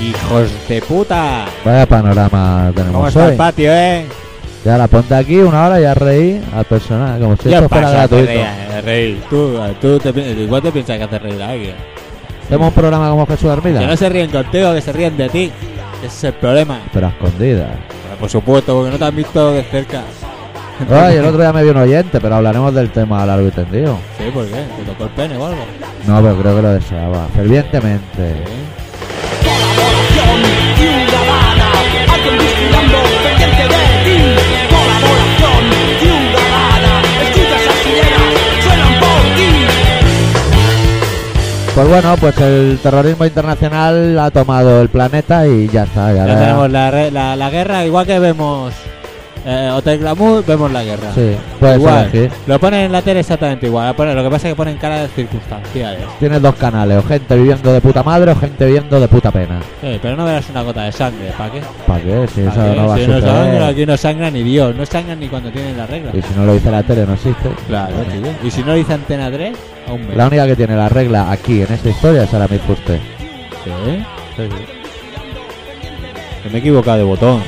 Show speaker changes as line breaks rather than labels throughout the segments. hijos de puta.
Vaya panorama
¿Cómo
tenemos
está
hoy.
el patio, eh?
Ya la ponte aquí una hora y ya reí al personal, como si
Ya
esto fuera
pasa,
gratuito.
reír, reír. Tú, tú te pi- igual te piensas que haces reír a alguien.
Tenemos un programa como Jesús
Que no
Armida,
se ríen contigo, que se ríen de ti. Ese es el problema.
pero a escondidas.
Bueno, por supuesto, porque no te han visto de cerca.
Ay, el otro día me vio un oyente, pero hablaremos del tema largo y tendido.
Sí, ¿por qué? ¿Te tocó el pene o algo?
No, pero creo que lo deseaba, fervientemente.
Colaboración ciudadana, alguien vigilando, pendiente de ti. Colaboración ciudadana, escucha esas sirenas, suenan por ti.
Pues bueno, pues el terrorismo internacional ha tomado el planeta y ya está. Ya
Ya
la-
tenemos la, re- la, la guerra, igual que vemos eh, Hotel Glamour, vemos la guerra.
Sí, puedes
igual.
elegir.
Lo ponen en la tele exactamente igual. Ponen- Lo que pasa es que ponen cara de circunstanciales.
Tienes dos canales, o gente viviendo de puta madre o gente viviendo de puta pena.
Sí, Eh, pero no verás una gota de sangre, ¿para qué?
¿Para qué? Si eso
¿Pa qué?
no va
Si
a
Ah, no
suceder.
sangra, aquí no sangra ni Dios, no sangra ni cuando tienen la regla.
Y si no lo dice la tele, no existe.
Claro, tío. Y si no dice Antena 3, aún menos.
La única que tiene la regla aquí en esta historia es Aramis Fuster.
Sí, sí, sí. Que me he equivocado de botón.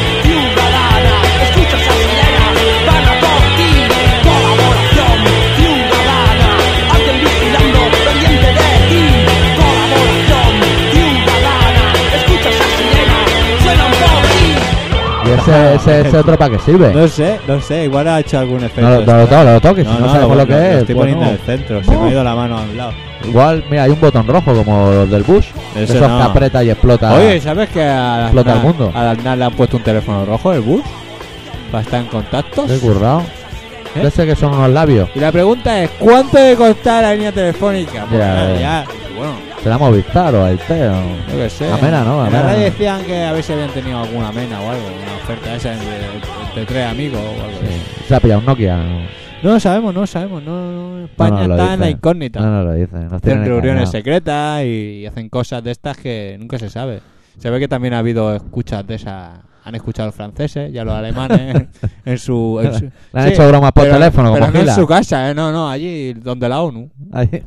Ciudadana, escucha esas sirenas, van a por ti. Colaboración ciudadana, alguien vigilando, pendiente de ti. Colaboración ciudadana, escucha esas sirenas, suenan por ti.
Y ese, ese, ese otro para qué sirve.
No sé, no sé, igual ha hecho algún efecto.
No, lo- no lo toques, no lo toques, si no, sabemos lo, que es.
estoy
pues
poniendo
no.
en el centro, se me ha ido la mano a un lado.
Igual, mira, hay un botón rojo como los del Bush. de
Ese
esos
no.
que aprieta y explota.
Oye, ¿sabes que a las
Explota el
na-
mundo.
A las NAS le han puesto un teléfono rojo, el bus? Para estar en contactos.
Qué currado.
¿Eh?
De ese que son unos labios.
Y la pregunta es, ¿cuánto debe costar la línea telefónica? Pues
Ya,
nada,
ya.
ya, bueno,
Será Movistar o Aite o...
yo qué sé.
Amena, ¿no?
En la
Amena.
radio decían que a veces habían tenido alguna amena o algo, una oferta esa entre, entre tres amigos o algo. así.
Sí. Se ha pillado un Nokia. No,
No lo sabemos, no lo sabemos. No, no, España
No nos lo
está en la
dice.
incógnita.
no lo dice. Nos tienen
Hacen reuniones
engañados.
secretas y hacen cosas de estas que nunca se sabe. Se ve que también ha habido escuchas de esas. Han escuchado a los franceses y a los alemanes en su. en su-
Le han hecho bromas por teléfono,
pero
como
no en
Gila.
su casa, ¿eh? no, no, allí donde la ONU.
Ahí.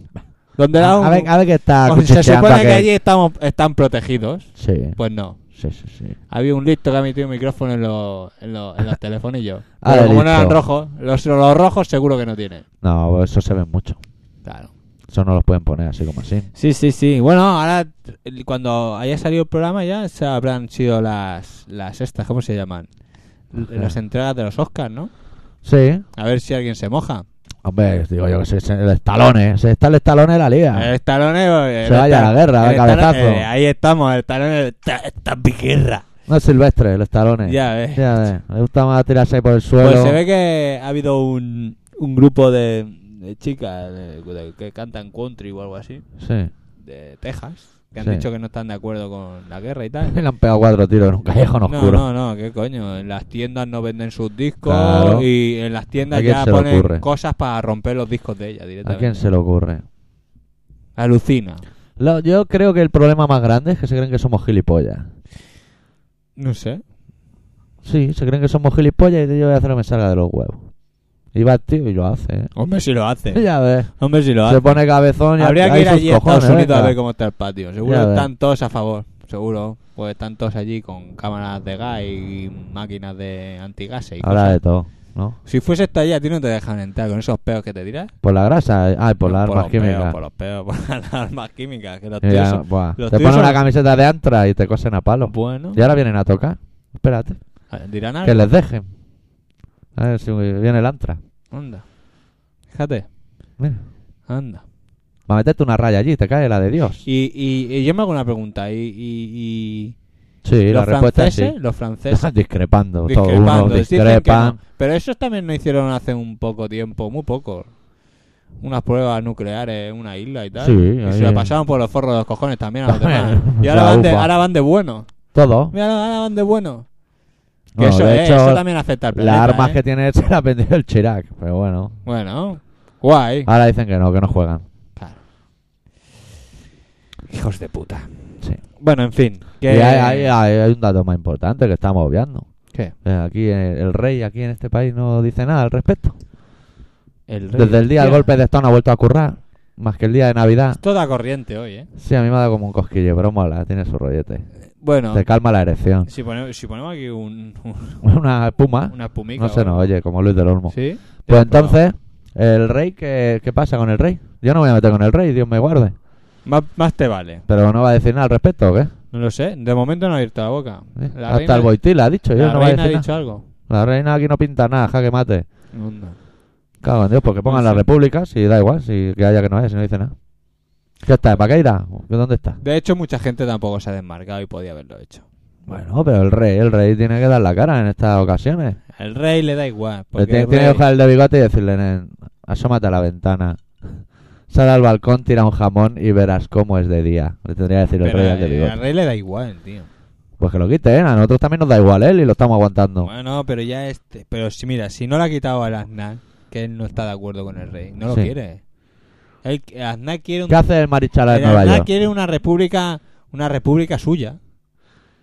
Donde la
A,
ONU.
ver, a ver qué está
Cuando se
cuchicheando
supone que
aquel.
allí estamos, están protegidos.
Sí,
Pues no.
sí, sí, sí.
Había un listo que ha metido un micrófono en, los en, los- en los telefonillos.
Ah,
Pero
de
como no eran
listo.
rojos, los, los rojos seguro que no tienen.
No, eso se ve mucho.
Claro.
Eso no los pueden poner así como así.
Sí, sí, sí. Bueno, ahora el- cuando haya salido el programa ya se habrán sido las las estas, ¿cómo se llaman? L-
Ajá.
Las entregas de los Oscars, ¿no?
Sí.
A ver si alguien se moja.
Hombre, digo yo que si es el estalone. Si está el estalone de la liga.
El talón es-
Se vaya a la guerra,
el
al
talón-
cabezazo.
eh, ahí estamos, el talón es- está, está en guerra.
No es silvestre, el estalone.
Ya ves.
Ya ves. Le gusta más tirarse ahí por el suelo.
Pues se ve que ha habido un, un grupo de, de chicas de- de- que cantan country o algo así,
Sí.
de Texas, que han
Sí.
dicho que no están de acuerdo con la guerra y tal.
Le han pegado cuatro tiros en un callejón oscuro.
Ah. No, no, no, qué coño. En las tiendas no venden sus discos
Claro.
y en las tiendas
¿A quién
ya
se le
ponen
ocurre?
cosas para romper los discos de ella
¿A
directamente.
quién se le ocurre?
Alucina.
Lo- yo creo que el problema más grande es que se creen que somos gilipollas.
No sé.
Sí, se creen que somos gilipollas y yo voy a hacer lo que me salga de los huevos. Y va el tío y lo hace. ¿eh?
Hombre, si lo hace.
Ya ves.
Hombre, si lo
Se
hace.
pone cabezón y
Habría que
ahí
ir
sus
allí a Estados
cojones,
Unidos a
venga.
ver cómo está el patio.
Ya
Seguro
ves.
están todos a favor. Seguro. Pues están todos allí con cámaras de gas y máquinas de antigases. Y
Habrá
cosas.
de todo, ¿no?
Si fuese esto allá, a ti no te dejan entrar con esos peos que te tiras.
Por la grasa, ay, por las armas
los peos,
químicas.
Por los peos, por las armas químicas. Que los
Y
tíos
ya,
son-
buah.
los
Te
tíos
ponen
son-
una camiseta de antra y te cosen a palo.
Bueno,
Y ahora vienen a tocar. Espérate,
dirán algo.
que les dejen. A ver si viene el antra.
Anda. Fíjate.
Mira.
Anda.
Va a meterte una raya allí, te cae la de Dios.
Y, y, y yo me hago una pregunta. ¿Y, y, y
Sí, la
los,
respuesta es
franceses,
sí.
los franceses?
discrepando, todos
Discrepando.
unos
dicen que
discrepan.
no. Pero esos también lo hicieron hace un poco tiempo, muy poco. Unas pruebas nucleares en una isla y tal.
Sí,
y se
ahí.
lo pasaron por los forros de los cojones también a los demás. ¿eh?
También.
Y ahora
La
van, de,
ufa.
ahora van de bueno.
Todo.
Mira, ahora van de bueno. Que
Bueno,
eso,
de
eh,
hecho,
eso también afecta al
Las
planeta.
armas
eh.
que tiene se las vendió el Chirac, pero bueno.
Bueno, guay.
Ahora dicen que no, que no juegan.
Claro.
Ah,
Hijos de puta.
Sí.
Bueno, en fin.
Y
que-
hay, hay- hay- hay un dato más importante que estamos obviando.
¿Qué?
Eh, Aquí eh, el rey, aquí en este país, no dice nada al respecto.
El rey.
Desde el día del
Hostia.
golpe de Estado no ha vuelto a currar. Más que el día de Navidad.
Toda corriente hoy, ¿eh?
Sí, a mí me ha dado como un cosquillo, pero mola, tiene su rollete.
Bueno,
Te calma la erección.
si ponemos, si ponemos aquí un, un-
Una espuma.
una espumica.
Ah, No se
o algo.
nos oye, como Luis del Olmo.
¿Sí?
Pues entonces, el rey, ¿qué, qué pasa con el rey? Yo no me voy a meter con el rey, Dios me guarde.
Más, más te vale.
Pero no va a decir nada al respecto, ¿o qué?
No lo sé. De momento no ha abierto la boca.
¿Eh?
La
Hasta
reina-
el Boitila ha dicho, yo
la
no va a
reina ha
decir
dicho algo.
nada. La reina aquí no pinta nada, jaque mate.
Onda.
Cago en Dios, porque pongan la
Sí.
república, si da igual, si que haya que no haya, si no dice nada. ¿Qué está? ¿Para qué irá? ¿Dónde está?
De hecho, mucha gente tampoco se ha desmarcado y podía haberlo hecho.
Bueno, pero el rey, el rey tiene que dar la cara en estas ocasiones.
Al rey le da igual.
Le
Porque
tiene,
el
tiene que
rey-
coger el de bigote y decirle, "Nen, asómate a la ventana. Sal al balcón, tira un jamón y verás cómo es de día. Le tendría que decir el
Pero,
rey al de
eh,
bigote.
al rey le da igual, tío.
Pues que lo quite, ¿eh? A nosotros también nos da igual él y lo estamos aguantando.
Bueno, pero ya este. Pero si mira, si no le ha quitado al Aznar, que él no está de acuerdo con el rey, no lo
Sí.
quiere. Él, Aznar quiere un-
¿Qué hace el marichal de
el
Nueva
Aznar
York?
quiere una república, una república suya.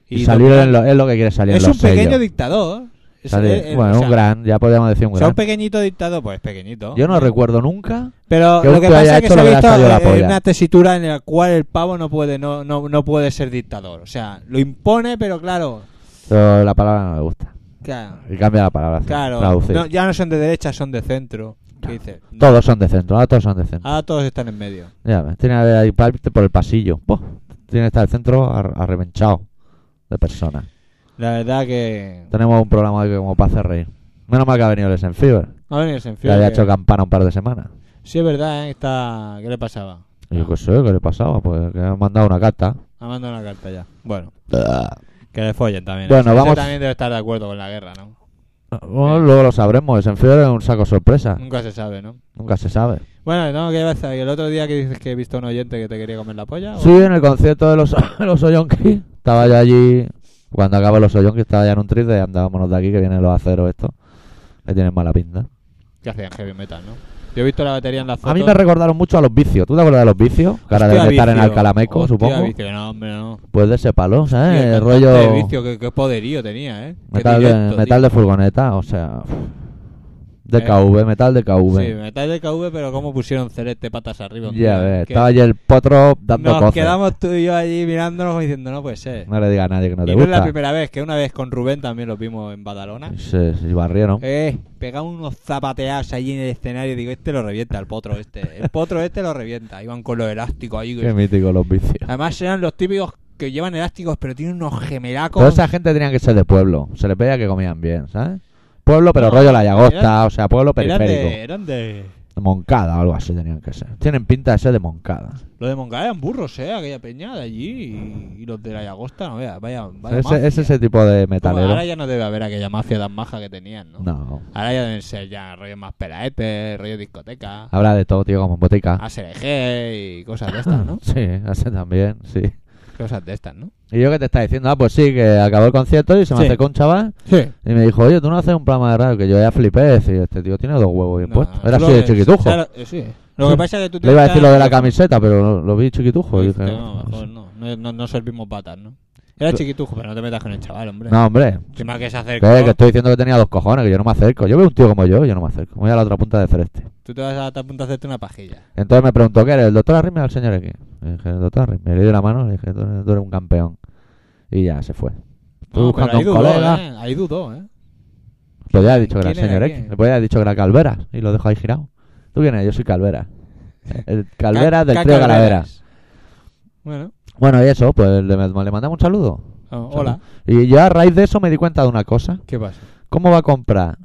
Y salir
dominar-
en lo, es lo que quiere salir
es
en
un
los sellos.
pequeño dictador. Es-
Salir-
eh, eh,
bueno,
o
un
sea,
gran, ya podríamos decir un
o sea,
gran.
un pequeñito dictador, pues pequeñito.
Yo no recuerdo nunca.
Pero
Que
lo
un
que
tío haya
pasa es que
hecho
se ha
lo que le ha
visto
salido la
eh,
polla.
una tesitura en la cual el pavo no puede, no, no, no puede ser dictador. O sea, lo impone, pero claro.
Pero la palabra no me gusta.
Claro.
Y cambia la palabra.
claro
traducir.
no, ya no son de derecha, son de centro. ¿Qué dices?
Todos son de centro, ahora todos son de centro.
Ahora todos están en medio.
Ya ves, tiene que haber ahí para irte por el pasillo. Po, tiene que estar el centro ar- arrebenchado de personas.
La verdad que.
Tenemos un programa hoy que como para hacer reír. Menos mal que ha venido el Senfiber.
Ha venido sin
Que había hecho campana un par de semanas.
Sí, es verdad, ¿eh? Está... ¿qué le pasaba?
Y yo qué sé, ¿qué le pasaba? Pues que me han mandado una carta.
Ha mandado una carta ya. Bueno, que le follen también.
Ah.
eh.
Bueno,
Ese
vamos-
también debe estar de acuerdo con la guerra, ¿no?
Bueno, luego lo sabremos. El Senfiber es un saco sorpresa.
Nunca se sabe, ¿no?
Nunca se sabe.
Bueno, no, ¿qué pasa? ¿Y el otro día que dices que he visto a un oyente que te quería comer la polla? ¿o?
Sí, en el concierto de los, los Oyonkis. Estaba yo allí. Cuando acaba los Oyonkis, estaba ya en un triste de andámonos de aquí que vienen los aceros estos. Que tienen mala pinta.
Que hacían heavy metal, ¿no? Yo he visto la batería en la foto.
A mí me recordaron mucho a los vicios. ¿Tú te acuerdas de los vicios? Que ahora
Hostia,
deben de estar en
vicio.
Alcalameco,
Hostia,
supongo.
vicio, no, hombre, no.
Pues de ese palo,
Tío,
¿sabes?
el
el
cantante
rollo.
de vicio, qué, qué poderío tenía, ¿eh? Qué
metal, de,
directo,
metal de furgoneta, o sea. De
Eh.
KV, metal de
tío.
KV.
Sí, metal de KV, pero cómo pusieron celeste patas arriba.
ya
tío,
ves,
que
estaba allí el potro dando
Nos
coces.
quedamos tú y yo allí mirándonos como diciendo, no puede ser.
No le diga a nadie que no te
y no es
gusta.
la primera vez, que una vez con Rubén también lo vimos en Badalona.
Sí, sí, barrieron.
Eh, pegaba unos zapateados allí en el escenario y digo, este lo revienta, el potro este. El potro este lo revienta. Iban con los elásticos ahí.
Qué mítico los vicios.
Además eran los típicos que llevan elásticos, pero tienen unos gemelacos.
Toda esa gente tenía que ser de pueblo. Se les veía que comían bien, ¿sabes? Pueblo, pero rollo la Llagosta,
eran-
o sea, pueblo
eran
periférico.
de, eran de...
De Moncada o algo así tenían que ser. Tienen pinta de ser de Moncada.
Los de Moncada eran burros, eh, aquella peña de allí. Y, y los de la Llagosta, no veas, vaya, vaya
Ese-
mafia.
es ese tipo de
Como
metalero.
Ahora ya no debe haber aquella mafia tan maja que tenían, ¿no?
No.
Ahora ya deben ser ya rollos más pelaetes, rollo discoteca,
Habrá de todo, tío, como en botica.
ASRG y cosas de estas, Ah, ¿no?
Sí, ese también, sí.
Cosas de estas, ¿no?
Y yo que te estaba diciendo, ah, pues sí, que acabó el concierto y se me
Sí.
acercó un chaval
Sí.
y me dijo, oye, tú no haces un programa de radio, que yo ya flipé, y este tío tiene dos huevos bien puestos. Era así de chiquitujo.
eh, sí. Lo que pasa es que tú
Le iba a
tienes
decir lo de la
cara-
pues, camiseta, pero lo, lo vi chiquitujo. y
Dice,
dije,
No, mejor no. No, no, no servimos patas, ¿no? Era
Lo-
chiquitujo, pero no te metas con el chaval, hombre.
no, hombre,
Encima que se acercó,
que, que estoy diciendo que tenía dos cojones, que yo no me acerco. Yo veo un tío como yo, yo no me acerco. Voy a la otra punta de celeste.
tú te vas a estar a punto de hacerte una pajilla.
Entonces me preguntó, ¿qué eres? ¿El doctor Arrimia o el señor X? Le dije, el doctor Arrimia. Le di la mano y le dije, tú tú eres un campeón. Y ya se fue.
No,
Estuve
pero
buscando
ahí
un
dudó,
colega.
¿eh? Ahí dudó, ¿eh?
Pues ya he dicho que era el
¿Quién era
señor
quién?
X. Le podía haber dicho que era Calveras y lo dejo ahí girado. ¿Tú quién eres? Yo soy Calveras. El Calveras del
Ca-
trío
Calveras.
Calaveras.
Bueno,
Bueno, y eso, pues le, le mandamos un saludo.
oh,
Un
hola.
saludo. Y yo a raíz de eso me di cuenta de una cosa.
¿Qué pasa?
¿Cómo va a comprar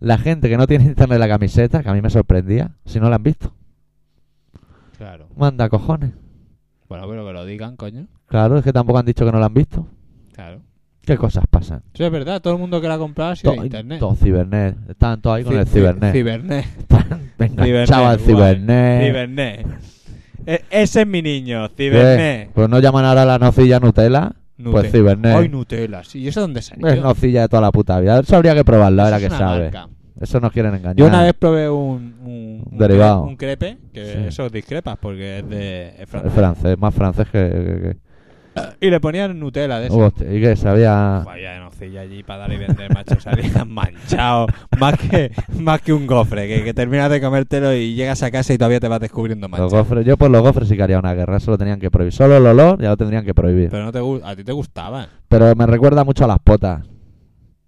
la gente que no tiene internet la camiseta, que a mí me sorprendía, si no la han visto?
Claro.
Manda cojones.
Bueno, pero que lo digan, coño.
Claro, es que tampoco han dicho que no la han visto.
Claro.
¿Qué cosas pasan?
Eso es verdad, todo el mundo que la ha comprado ha sido de
To-
internet.
Todo cibernet. Estaban todos ahí con
Ci-
el
ci-
cibernet. Eh.
Cibernet.
Me enganchaba al
guay.
cibernet.
Cibernet. E- ese es mi niño,
¿Qué?
Cibernet.
Pues no llaman ahora la nocilla Nutella.
Nutella.
Pues cibernet.
Ay, Nutella, sí. ¿Y eso dónde salió?
es nocilla de toda la puta vida. Eso habría que probarlo,
Eso
ahora
es
que
una
sabe.
marca.
Eso nos quieren engañar.
Yo una vez probé un, un,
Un derivado.
Un crepe, que
Sí.
eso discrepas porque es de es
Es
francés.
francés, más francés que. que- que-
Y le ponían Nutella de eso.
Hostia, y que sabía.
Vaya, no, cabecilla allí para dar y vender, macho. Salías manchado, más que, más que un gofre, que, que terminas de comértelo y llegas a casa y todavía te vas descubriendo
Los
manchado.
gofres, yo por los gofres sí que haría una guerra, eso lo tenían que prohibir. Solo el olor ya lo tendrían que prohibir.
Pero no te gu- a ti te gustaban.
Pero me recuerda mucho a las potas.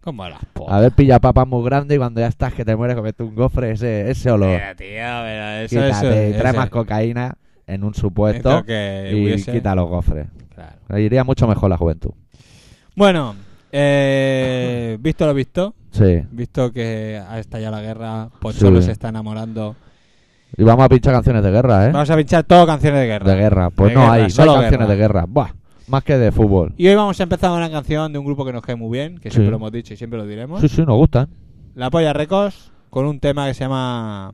Como las
A
potas.
ver, pilla papas muy grandes y cuando ya estás que te mueres comete un gofre, ese, ese olor.
Mira, tío, mira, eso, eso,
Quítate, y trae
ese-
más cocaína en un supuesto
esto que
y
hubiese-
quita los gofres.
Claro.
Le iría mucho mejor la juventud.
Bueno, eh, visto lo visto,
Sí.
visto que ha estallado la guerra,
Sí.
Pocholo se está enamorando.
Y vamos a pinchar canciones de guerra, ¿eh?
Vamos a pinchar todo canciones de guerra.
De guerra. Pues
De
no
guerra,
hay, no hay
solo
canciones
guerra.
de guerra. Buah, más que de fútbol.
Y hoy vamos a empezar con una canción de un grupo que nos cae muy bien, que
Sí.
siempre lo hemos dicho y siempre lo diremos.
Sí, sí, nos gustan.
La Polla Records, con un tema que se llama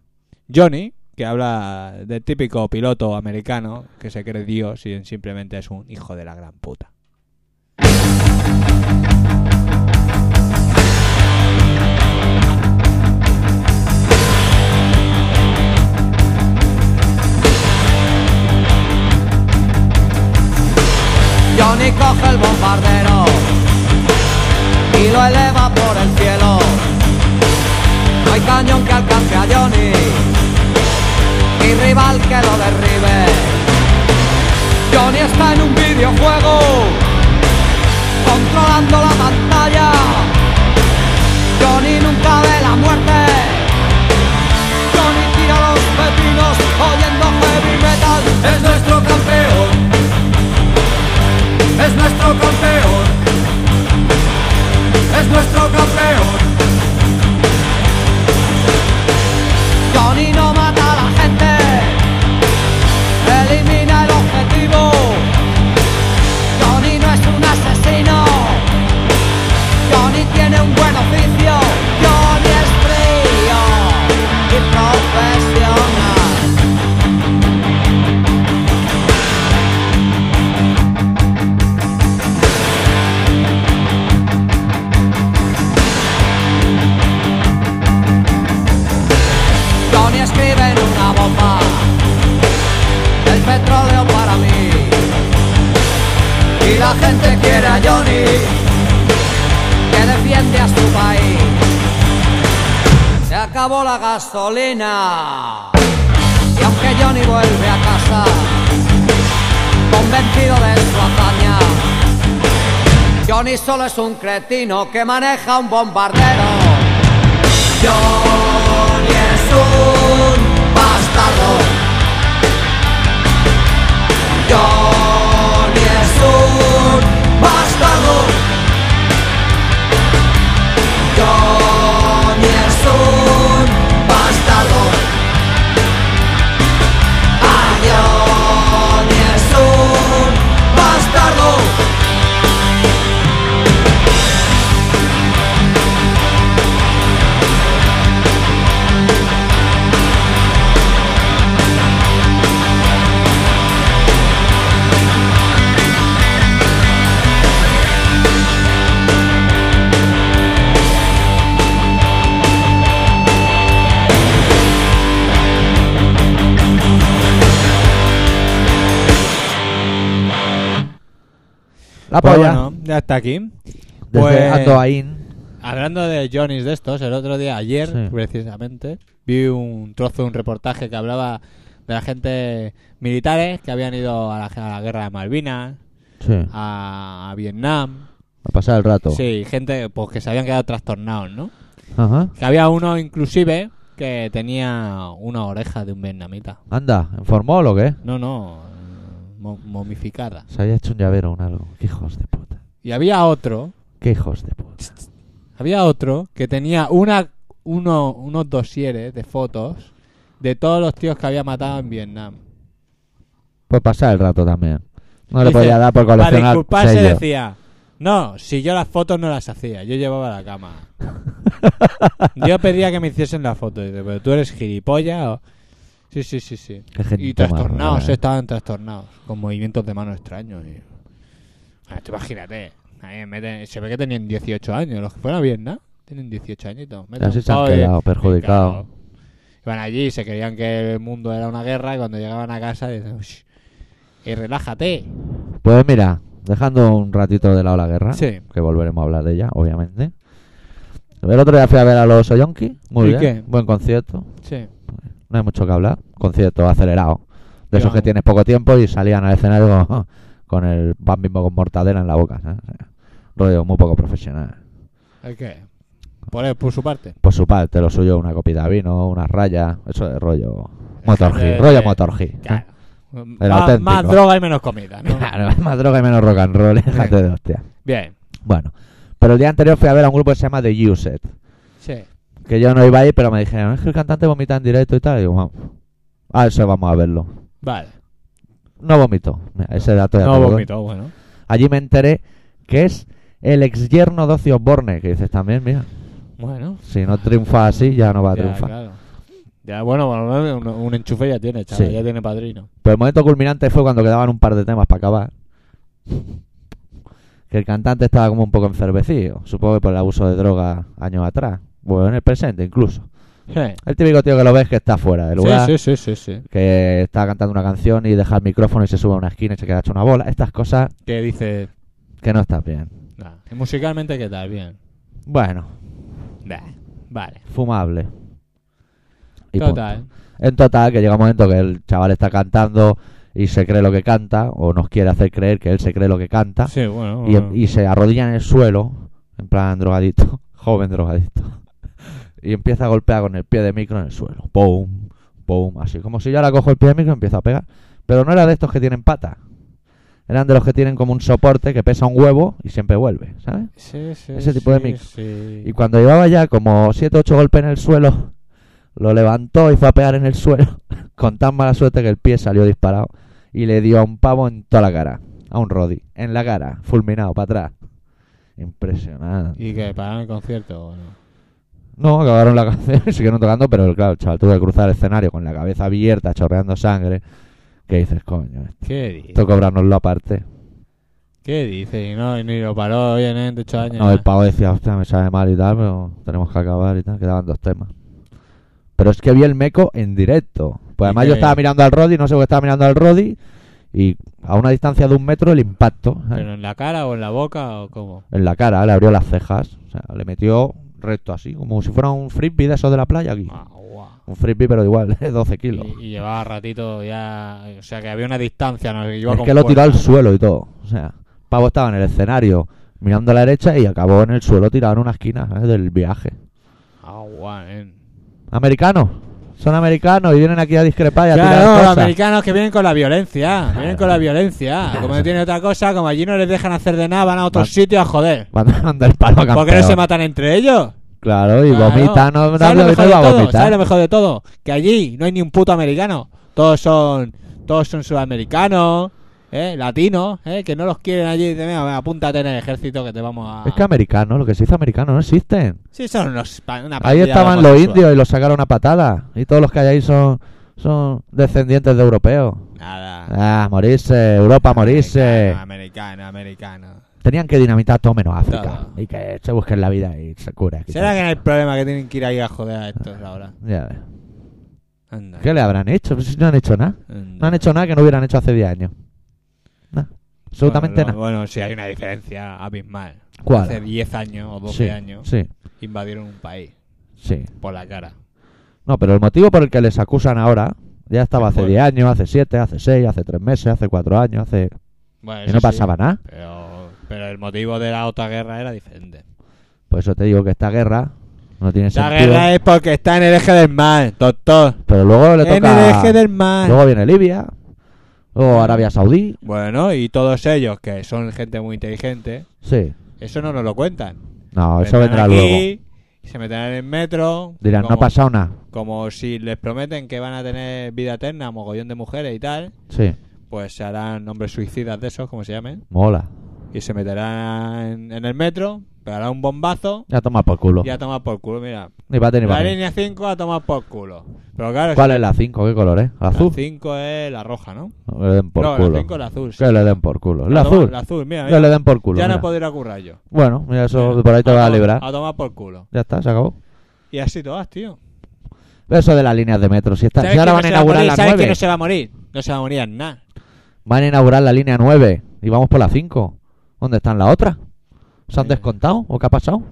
Johnny, que habla del típico piloto americano que se cree Dios y simplemente es un hijo de la gran puta.
Johnny coge el bombardero y lo eleva por el cielo. No hay cañón que alcance a Johnny, ni rival que lo derribe. Johnny está en un videojuego, controlando la pantalla. Johnny nunca ve la muerte. Johnny tira los pepinos oyendo heavy metal. Es nuestro campeón es nuestro campeón. Es nuestro campeón. Johnny no mata a la gente. Elimina el objetivo. Johnny no es un asesino. Johnny tiene un buen oficio. Johnny es frío y profesional. Johnny escribe en una bomba El petróleo para mí Y la gente quiere a Johnny Que defiende a su país Se acabó la gasolina Y aunque Johnny vuelve a casa Convencido de su hazaña Johnny solo es un cretino que maneja un bombardero Johnny es un bastardo. Johnny es un bastardo. Johnny es un bastardo. Ah, Johnny es un bastardo.
La
Pues
polla.
bueno, ya está aquí.
Desde
pues-
Andoain.
Hablando de Johnny's de estos, el otro día, ayer
Sí.
precisamente, vi un trozo de un reportaje que hablaba de la gente militares que habían ido a la, a la guerra de Malvinas,
Sí. A
a, a Vietnam.
pasar el rato.
Sí, gente pues, que se habían quedado trastornados, ¿no?
Ajá.
Que había uno inclusive que tenía una oreja de un vietnamita.
Anda, ¿en formol o qué?
No, no, eh, mo- momificada.
Se había hecho un llavero un algo. Qué hijos de puta.
Y había otro,
Qué hijos de puta.
había otro que tenía una, uno, unos dosieres de fotos de todos los tíos que había matado en Vietnam.
Pues pasar el rato también. No le
Dice,
podía dar por
Para
coleccionar
disculparse
sellos.
decía, no, si yo las fotos no las hacía, yo llevaba la cámara. yo pedía que me hiciesen la foto, dice, pero tú eres gilipollas o... Sí, sí, sí, sí.
Qué gente
Y trastornados,
marrana, ¿eh?
estaban trastornados, con movimientos de mano extraños. Y... Ah, tú imagínate, ahí meten- se ve que tenían 18 años, los que fueron a Vietnam tienen 18 añitos. meten
Así
un
se han
pavo y-
quedado perjudicados.
Claro. Iban allí y se creían que el mundo era una guerra y cuando llegaban a casa dicen, "Ush, y relájate.
Pues mira, dejando un ratito de lado la guerra,
Sí.
que volveremos a hablar de ella, obviamente. El otro día fui a ver a los Soyonki, muy
¿Y
bien,
qué?
buen concierto,
Sí.
no hay mucho que hablar, concierto acelerado, de esos
Ya.
que tienes poco tiempo y salían al escenario con, con el pan bimbo con mortadela en la boca, ¿sabes? O sea, rollo muy poco profesional.
¿El qué? Por, él, por su parte.
Por su parte, lo suyo, una copita de vino, unas rayas, eso es rollo Motor
de-
G, rollo Motor G.
Claro.
El
Más-
auténtico.
más droga y menos comida, ¿no?
Claro, más droga y menos rock and roll, déjate de hostia.
Bien.
Bueno, pero el día anterior fui a ver a un grupo que se llama The Uset,
Sí.
que yo no iba a ir, pero me dijeron, es que el cantante vomita en directo y tal, y digo, vamos, a eso vamos a verlo.
Vale.
No vomitó, Mira, ese dato ya te
No
lo doy.
vomito, bueno.
Allí me enteré que es el ex yerno de Ozzy Osbourne, que dices también, mira,
Bueno.
si no triunfa así, ya no va a
ya,
triunfar.
claro. Ya, bueno, bueno, un, un enchufe ya tiene, chaval.
Sí.
Ya tiene padrino.
Pero el momento culminante fue cuando quedaban un par de temas para acabar. Que el cantante estaba como un poco enfervecido, supongo que por el abuso de droga años atrás, bueno, en el presente incluso.
Sí.
El típico tío que lo ves que está fuera del lugar,
Sí, sí, sí, sí, sí.
que está cantando una canción y deja el micrófono y se sube a una esquina y se queda hecho una bola. Estas cosas
Que dice...
que no están bien.
nah. ¿Y Musicalmente, ¿qué tal? Bien.
Bueno,
Nah. Vale.
fumable. Y
Total.
punto. En total, que llega un momento que el chaval está cantando y se cree lo que canta, o nos quiere hacer creer que él se cree lo que canta.
Sí, bueno.
y, em,
bueno.
y se arrodilla en el suelo, en plan drogadito, joven drogadito, y empieza a golpear con el pie de micro en el suelo. Boom, boom, así como si yo ahora cojo el pie de micro y empiezo a pegar. Pero no era de estos que tienen pata. Eran de los que tienen como un soporte que pesa un huevo y siempre vuelve, ¿sabes?
Sí, sí,
ese tipo de
sí,
mix.
sí.
Y cuando llevaba ya como 7 8 golpes en el suelo, lo levantó y fue a pegar en el suelo, con tan mala suerte que el pie salió disparado y le dio a un pavo en toda la cara, a un Roddy, en la cara, fulminado, para atrás. Impresionante.
¿Y que pararon el concierto o no?
No, acabaron la canción y siguieron tocando, pero claro, el chaval tuvo que cruzar el escenario con la cabeza abierta, chorreando sangre. ¿Qué dices, coño?
¿Qué dice?
Esto cobrárnoslo aparte.
¿Qué dice? Y no, y ni lo paró, oye, nen, te echo daño.
No, el pavo decía, hostia, me sabe mal y tal, pero tenemos que acabar y tal. Quedaban dos temas. Pero es que vi el meco en directo.
¿Y
Pues además
qué?
yo estaba mirando al Roddy, no sé por qué estaba mirando al Roddy. Y a una distancia de un metro el impacto. ¿sabes?
¿Pero en la cara o en la boca o cómo?
En la cara, le abrió las cejas. O sea, le metió recto así, como si fuera un frisbee de esos de la playa aquí.
Ah, guau.
Un frisbee, pero igual, de 12 kilos.
Y, y llevaba ratito ya... O sea, que había una distancia, ¿no? Iba
Es
con
que lo tiró
fuerza.
al suelo y todo. O sea, el pavo estaba en el escenario mirando a la derecha y acabó en el suelo tirado en una esquina ¿sabes? del viaje.
Ah, guau, nen.
Americanos. Son americanos y vienen aquí a discrepar y a tirar
Claro, los
cosas.
americanos que vienen con la violencia, vienen con la violencia. Como no tienen otra cosa, como allí no les dejan hacer de nada, van a otros
Van-
sitios a joder.
Mandan mandar el palo a
¿Por qué no
campeón.
se matan entre ellos?
Claro, y
Claro.
vomitan. No, no,
¿Sabes
no
lo mejor de
iba a
todo? ¿Sabes
vomitar.
lo mejor de todo? Que allí no hay ni un puto americano. Todos son, todos son sudamericanos, ¿eh? latinos, ¿eh? que no los quieren allí. Dicen, "Venga, venga, apúntate en el ejército que te vamos a...
Es que americanos, lo que se dice americano, no existen.
Sí, son unos, pa- una
Ahí
pandilla de
estaban los
homosexuales.
indios y los sacaron a patada. Y todos los que hay ahí son, son descendientes de europeos.
Nada.
Ah, morirse, Europa, morirse.
Americano, americano, americano.
Tenían que dinamitar todo menos África.
Todo.
Y que se busquen la vida y se cure. quizás.
¿Será que no hay problema que tienen que ir ahí a joder a estos ahora?
Ya ves.
Anda.
¿Qué le habrán hecho? Pues si no han hecho nada. No han hecho nada que no hubieran hecho hace 10 años. Nada. Absolutamente
bueno,
nada.
Bueno, sí, hay una diferencia abismal.
¿Cuál?
Hace 10 años o 12
sí,
años
Sí,
invadieron un país
sí.
por la cara.
No, pero el motivo por el que les acusan ahora ya estaba hace
Bueno.
10 años, hace 7, hace 6, hace 3 meses, hace 4 años, hace.
Bueno,
Y
eso
no
sí,
pasaba nada.
pero, pero el motivo de la otra guerra era diferente.
Por eso te digo que esta guerra no tiene
La
sentido.
guerra es porque está en el eje del mal, doctor.
Pero luego le
En el eje
toca.
del mal.
Luego viene Libia, luego Arabia Saudí.
Bueno, y todos ellos, que son gente muy inteligente,
Sí.
eso no nos lo cuentan.
No, eso vendrá
Vendrán
luego.
aquí, Se meterán en el metro.
Dirán, no ha
como-
pasado nada.
Como si les prometen que van a tener vida eterna, mogollón de mujeres y tal.
Sí,
pues se harán hombres suicidas de esos, como se llamen,
mola.
y se meterán en el metro, pegarán un bombazo
Ya toma por culo.
y a tomar por culo. Mira,
Ni para ni
la
para
línea 5 a tomar por culo. Pero claro,
¿Cuál es la 5? ¿Qué color es?
la
¿La azul?
5 es la roja, ¿no?
Que le den por
no,
culo.
la 5 es la azul. sí.
Que le den por culo. La
A tomar-
azul.
La azul, mira,
Que
mira.
le den por culo.
ya no
mira.
podré currar yo.
Bueno, mira, eso
Mira,
por ahí te vas a
to-
librar.
A tomar por culo.
Ya está, se acabó.
Y así todas, tío.
Eso de las líneas de metro. Si, está, si
¿Sabes
ahora
que no
van a
se va
inaugurar
morir?
la
¿Sabes que
9,
no se va a morir? No se va a morir en nada.
van a inaugurar la línea 9 y vamos por la 5. ¿Dónde están las otras? ¿Se han
Eh.
descontado o qué ha pasado?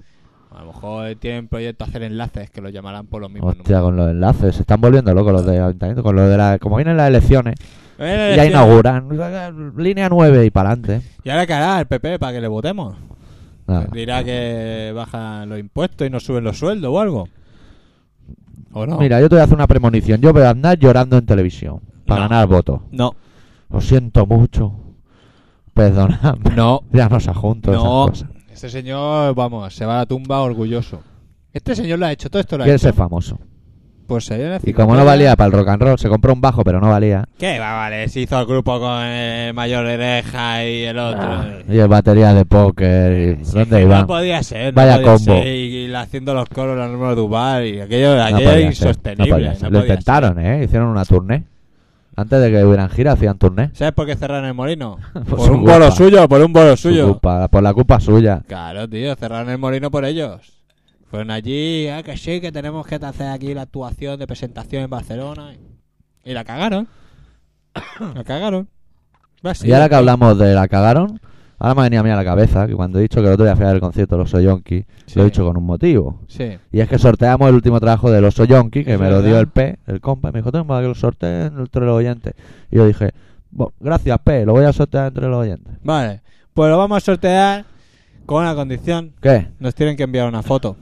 A lo mejor tienen proyecto hacer enlaces que lo llamarán por los mismos
Hostia, con los enlaces. Se están volviendo locos los de ayuntamiento. Con lo de la, como vienen las elecciones,
números.
ya inauguran. Línea 9 y para adelante.
Eh, ¿Y ahora qué hará el PP para que le votemos? Dirá que bajan los impuestos y no suben los sueldos o algo. ¿O no?
Mira, yo te voy a hacer una premonición. Yo voy a andar llorando en televisión para
No.
ganar votos.
No,
Lo siento mucho. Perdonadme.
no,
Ya nos junto
no.
esas cosas.
Este señor, vamos, se va a la tumba orgulloso. Este señor lo ha hecho, todo esto lo ha
Quiere
hecho.
ser famoso.
Pues se viene a
Y como no valía para el rock and roll, se compró un bajo, pero no valía.
¿Qué va, vale? Se hizo el grupo con el mayor oreja y el otro.
Ah, y el batería de póker. y-
Sí,
¿Dónde
que
iba?
No podía ser. no
Vaya
podía
combo.
ser. Y, y haciendo los coros los números Duval y aquello,
No
aquello
podía
era
ser,
insostenible.
no podía ser.
no
Lo
podía
intentaron, ¿eh? Hicieron una tournée. Antes de que hubieran gira, hacían tournée.
ser. ¿Sabes por qué cerraron el molino?
Por
por,
su
un
culpa.
bolo suyo, por un bolo
Su
suyo.
culpa, por la culpa suya.
Claro, tío, cerraron el molino por ellos. Fueron allí, ah, que sí, que tenemos que hacer aquí la actuación de presentación en Barcelona. Y la cagaron. la cagaron.
Y ahora que hablamos de la cagaron, ahora me ha venido a mí a la cabeza que cuando he dicho que el otro día fui a ver el concierto del Oso Yonki,
Sí.
lo he dicho con un motivo.
Sí.
Y es que sorteamos el último trabajo del Oso Yonki, que
Es
me lo dio
verdad.
el P, el compa, y me dijo, tengo para que lo sortee entre los oyentes. Y yo dije, "Bo- gracias P, lo voy a sortear entre los oyentes.
Vale, pues lo vamos a sortear con una condición.
¿Qué?
Nos tienen que enviar una foto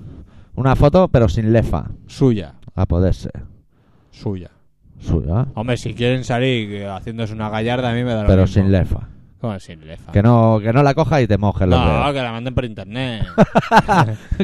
Una foto, pero sin lefa,
suya,
a poder ser.
suya.
Suya, ¿eh?
Hombre, si quieren salir eh, haciéndose una gallarda, a mí me da lo
pero
mismo.
sin lefa.
¿Cómo sin lefa?
Que no, que no la cojas y te mojes los
no,
dedos.
que la manden por internet.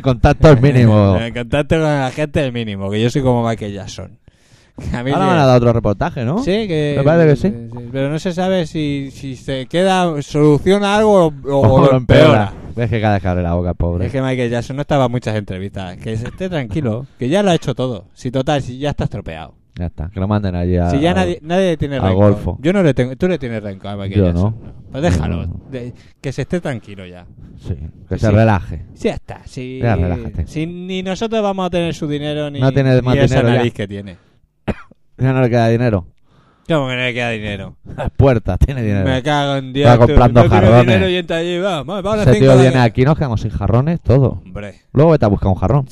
Contacto el mínimo.
El Eh, contacto con la gente es mínimo, que yo soy como Michael Jackson. Que a mí
Ahora
me-
van a dar otro reportaje, ¿no?
Sí, que...
Me parece que sí.
Pero no se sabe si, si se queda, soluciona algo o, o
O
lo empeora.
Ves que cada vez que abre la boca, pobre.
Es que Michael Jackson no estaba en muchas entrevistas. Que se esté tranquilo, que ya lo ha hecho todo. Si total, si ya está estropeado.
Ya está, que lo manden allí a...
Si ya nadie, nadie le tiene
a
rencor.
Ah, Golfo.
Yo no le tengo, tú le tienes rencor a Michael
Yo
Jackson.
no.
Pues déjalo,
No.
de- que se esté tranquilo ya.
Sí, que
Sí,
se
sí.
relaje.
Sí, ya está. Sí,
Ya, relájate.
sí, ni nosotros vamos a tener su dinero ni,
No tiene más
ni esa
dinero ya.
nariz que tiene.
Ya no le queda dinero.
¿Cómo que no le queda dinero?
Las puertas, tiene dinero.
Me cago en Dios.
Va
tú,
comprando
no tiene
jarrones.
dinero y entra allí, va, va, vale,
Ese
cinco
tío
dólares.
viene aquí, nos quedamos sin jarrones, todo.
Hombre,
Luego vete a buscar un jarrón.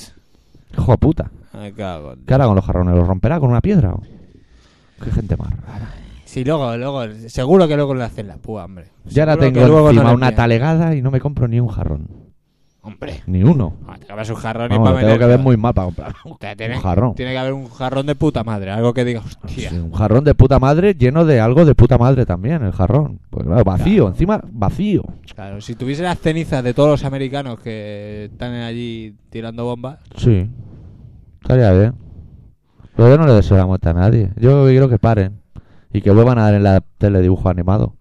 Hijo de puta.
me cago en
¿Qué hará con los jarrones? ¿Los romperá con una piedra? o? Qué gente más rara.
Sí, luego, luego, seguro que luego le hacen la púa, hombre.
Yo ahora
Seguro que
tengo
luego
encima
no le
una
pillan.
talegada y no me compro ni un jarrón.
Hombre,
Ni uno.
ah, te acabas un jarrón
Vamos,
y
lo
para Ah,
tengo que ver muy mal para comprar
tiene,
un jarrón.
tiene que haber un jarrón de puta madre, algo que diga, hostia.
Sí, un jarrón de puta madre lleno de algo de puta madre también, el jarrón. Pues claro, vacío, encima vacío.
Claro, si tuviese las cenizas de todos los americanos que están allí tirando bombas,
Sí. Estaría bien. Pero yo no le deseo la muerte a nadie. Yo quiero que paren. Y que vuelvan a dar en la tele dibujo animado.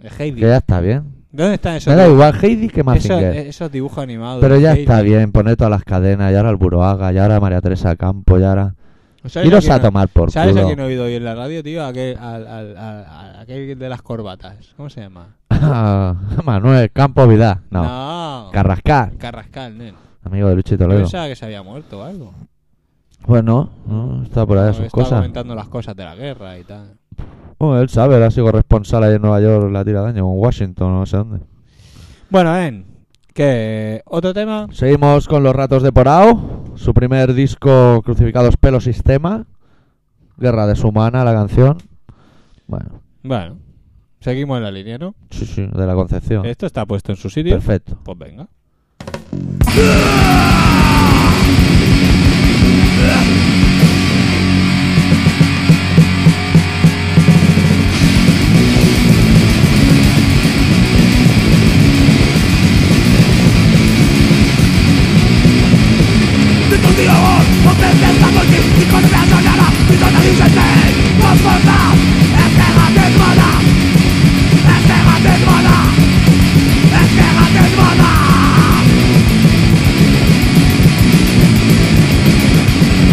el Heidi.
Que ya está bien.
¿Dónde están esos,
Me da igual Heidi que
dibujos- esos,
Mazinger.
esos dibujos animados?
Pero
el
ya
Heidi?
está bien. Poner todas las cadenas. Y ahora el Buroaga. Y ahora María Teresa Campo. Y ahora...
¿Sabes
Iros
quién
a
no-
tomar por
¿Sabes a
culo.
quién he oído hoy en la radio, tío? Aquel, al, al, al- al- aquel de las corbatas. ¿Cómo se llama?
Ah, Manuel Campo Vidal. No.
No.
Carrascal.
Carrascal, nen.
Amigo de Luchito
Yo
Toledo.
Pensaba que se había muerto o algo.
Bueno, no, está por ahí
Porque
a Ah, sus
estaba
cosas.
comentando las cosas de la guerra y tal.
Bueno, él sabe, él ha sido corresponsal ahí en Nueva York, la tira de año, en Washington, no sé dónde.
Bueno, En, que otro tema.
Seguimos con Los Ratos de Porao, su primer disco, Crucificados Pelo Sistema, Guerra Deshumana, la canción. Bueno,
Bueno, seguimos en la línea, ¿no?
sí, sí, de la Concepción.
Esto está puesto en su sitio.
Perfecto.
Pues venga.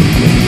Espérate, hermana.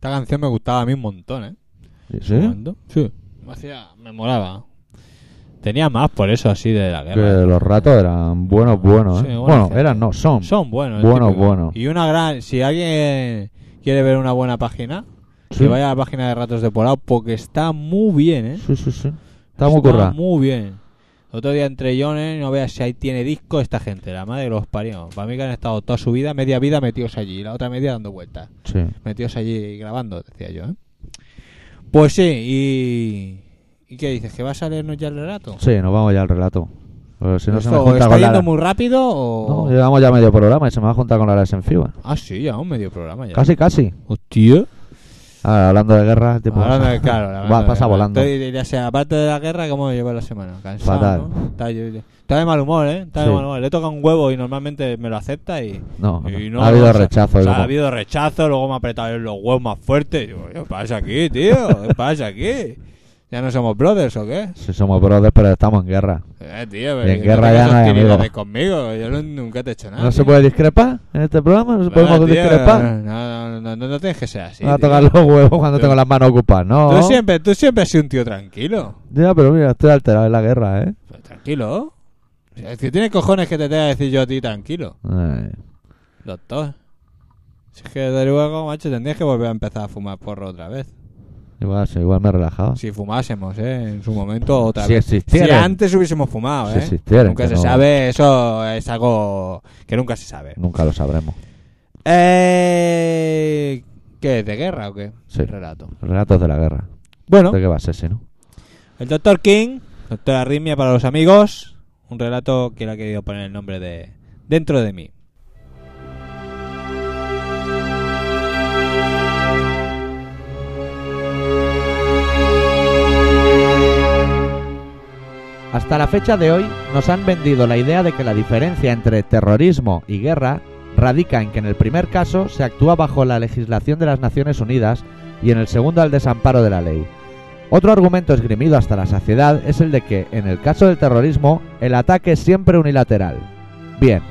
canción me gustaba a mí un montón, ¿eh?
¿Sí?
¿Cuándo? Sí. Me, hacía- me molaba. Tenía más por eso así de la
Que
guerra.
los ratos eran buenos, buenos.
Sí,
¿eh?
buena
bueno,
gente.
eran, no, son.
Son buenos. el
Bueno,
típico.
bueno.
Y una gran... Si alguien quiere ver una buena página,
Sí.
que vaya a la página de Ratos de Polao porque está muy bien, ¿eh?
Sí, sí, sí. Está muy currado.
muy bien. Otro día entre Jones, no veas si ahí tiene disco esta gente, la madre de los parió. Para mí que han estado toda su vida, media vida metidos allí, la otra media dando vueltas.
Sí.
Metidos allí grabando, decía yo, ¿eh? Pues sí, y... ¿Y qué dices? ¿Que vas a leernos ya el relato?
Sí, nos vamos ya al relato. Pero si no se me
¿Esto
junta
está
con
yendo
Lara.
muy rápido
No,
o...?
llevamos ya medio programa y se me va a juntar con Lara Senfiba.
Ah, sí, ya un medio programa ya.
Casi, casi.
Hostia.
Ahora, hablando de guerra, el tiempo
Hablando
pasa.
de- claro, la
Va,
verdad,
pasa
la-
volando.
Estoy, ya sea, aparte de la guerra, ¿cómo me llevo la semana? Cansado.
Fatal.
¿no? Está, yo- yo- está de mal humor, ¿eh? Está de
Sí.
mal humor. Le toca un huevo y normalmente me lo acepta y.
No,
y
no. ha habido
o sea,
rechazo.
o sea,
como-
ha habido rechazo, luego me ha apretado los huevos más fuertes. Digo, ¿Qué pasa aquí, tío? ¿Qué pasa aquí? ¿Ya no somos brothers o qué?
Sí, somos brothers, pero estamos en guerra.
Eh, tío,
En
pero
guerra ya no hay
amigos
amigos.
conmigo, yo no- nunca te he hecho nada.
¿No se
tío.
puede discrepar en este programa? ¿No se
¿Verdad,
podemos
Ah, tío?
discrepar?
No, no, no, no, no tienes que ser así.
Me va a
tío.
tocar los huevos cuando
Tú-
tengo las manos ocupadas, ¿no?
Tú siempre, tú siempre has sido un tío tranquilo.
Ya, pero mira, estoy alterado en la guerra, ¿eh?
Pues tranquilo. O sea, Es que tienes cojones que te tenga que decir yo a ti tranquilo,
Eh,
doctor. Si es que de luego, macho, tendrías que volver a empezar a fumar porro otra vez.
Igual, sí, igual me relajaba.
Si fumásemos, ¿eh? En su momento otra
Si
vez. Si
existiera.
antes hubiésemos fumado,
Si
¿eh?
existiera,
nunca
que
se
no-
sabe, eso es algo que nunca se sabe.
Nunca lo sabremos.
Eh... ¿Qué? ¿De guerra o qué?
Sí.
Relato.
Relatos de la guerra.
Bueno,
¿De qué va a ser, si no?
el doctor King, doctor Arritmia para los amigos, un relato que le ha querido poner el nombre de Dentro de mí.
Hasta la fecha de hoy nos han vendido la idea de que la diferencia entre terrorismo y guerra radica en que en el primer caso se actúa bajo la legislación de las Naciones Unidas y en el segundo al desamparo de la ley. Otro argumento esgrimido hasta la saciedad es el de que, en el caso del terrorismo, el ataque es siempre unilateral. Bien.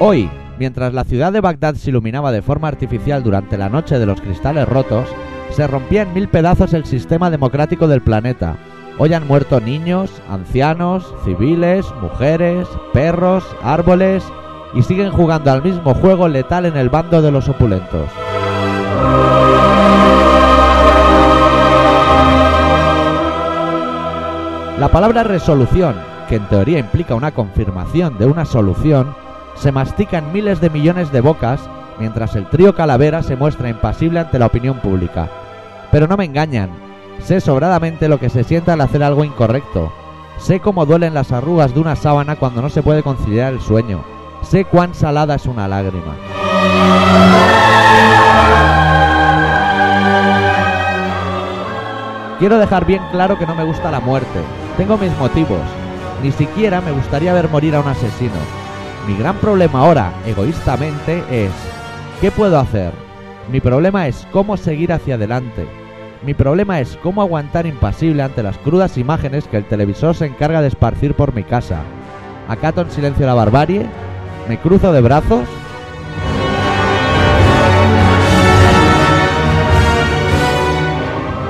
Hoy, mientras la ciudad de Bagdad se iluminaba de forma artificial durante la noche de los cristales rotos, se rompía en mil pedazos el sistema democrático del planeta. Hoy han muerto niños, ancianos, civiles, mujeres, perros, árboles y siguen jugando al mismo juego letal en el bando de los opulentos. La palabra resolución, que en teoría implica una confirmación de una solución, se mastica en miles de millones de bocas mientras el trío Calavera se muestra impasible ante la opinión pública. Pero no me engañan, sé sobradamente lo que se sienta al hacer algo incorrecto. Sé cómo duelen las arrugas de una sábana cuando no se puede conciliar el sueño. Sé cuán salada es una lágrima. Quiero dejar bien claro que no me gusta la muerte. Tengo mis motivos. Ni siquiera me gustaría ver morir a un asesino. Mi gran problema ahora, egoístamente, es ¿qué puedo hacer? Mi problema es cómo seguir hacia adelante. Mi problema es cómo aguantar impasible ante las crudas imágenes que el televisor se encarga de esparcir por mi casa. ¿Acato en silencio la barbarie? ¿Me cruzo de brazos?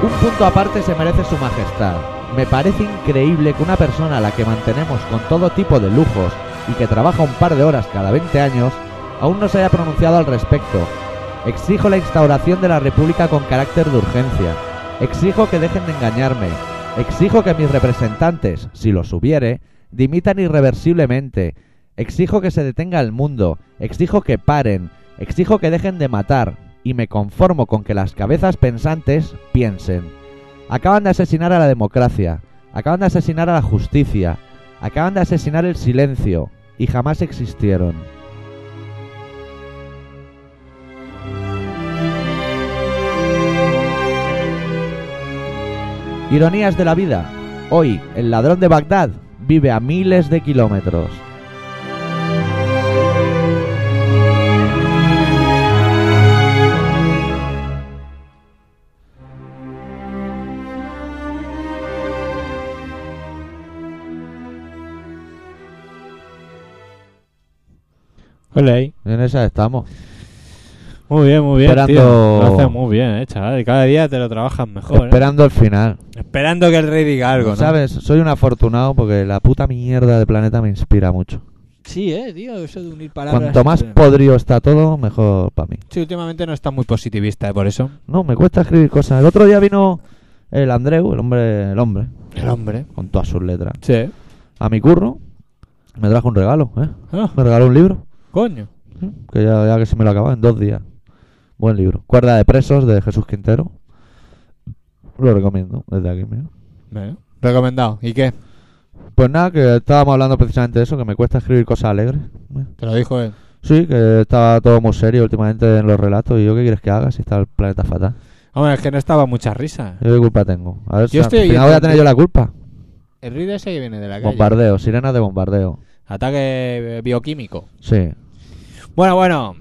Un punto aparte se merece su majestad. Me parece increíble que una persona a la que mantenemos con todo tipo de lujos y que trabaja un par de horas cada 20 años aún no se haya pronunciado al respecto. Exijo la instauración de la República con carácter de urgencia. Exijo que dejen de engañarme. Exijo que mis representantes, si los hubiere, dimitan irreversiblemente. Exijo que se detenga el mundo. Exijo que paren. Exijo que dejen de matar. Y me conformo con que las cabezas pensantes piensen. Acaban de asesinar a la democracia. Acaban de asesinar a la justicia. Acaban de asesinar el silencio. Y jamás existieron. Ironías de la vida. Hoy, el ladrón de Bagdad vive a miles de kilómetros.
Ole ahí.
En esa estamos.
Muy bien, muy bien.
Esperando-
tío. Lo haces muy bien, eh, chaval. Y Cada día te lo trabajas mejor. eh.
Esperando el final.
Esperando que el rey diga algo, ¿no?
¿Sabes? Soy un afortunado porque la puta mierda de planeta me inspira mucho.
Sí, eh, tío. Eso de unir palabras.
Cuanto más
eh.
podrido está todo, mejor para mí.
Sí, últimamente no está muy positivista, eh, por eso.
No, me cuesta escribir cosas. El otro día vino el Andreu, el hombre, el hombre,
El hombre.
con todas sus letras.
Sí.
A mi curro me trajo un regalo, ¿eh?
Ah,
Me regaló un libro,
coño.
¿sí? que ya, ya que se me lo acababa en dos días. Buen libro. Cuerda de presos de Jesús Quintero. Lo recomiendo desde aquí, mira.
Bueno, recomendado. ¿Y qué?
Pues nada, que estábamos hablando precisamente de eso, que me cuesta escribir cosas alegres. ¿eh?
Te lo dijo él.
Sí, que estaba todo muy serio últimamente en los relatos. ¿Y yo qué quieres que haga si está el planeta fatal?
Hombre, es que no estaba mucha risa.
Yo qué culpa tengo. A ver, si
Yo estoy
al final
oyendo-
voy a tener yo la culpa.
El ruido ese que viene de la calle.
Bombardeo, sirenas de bombardeo.
Ataque eh, bioquímico.
Sí.
Bueno, bueno.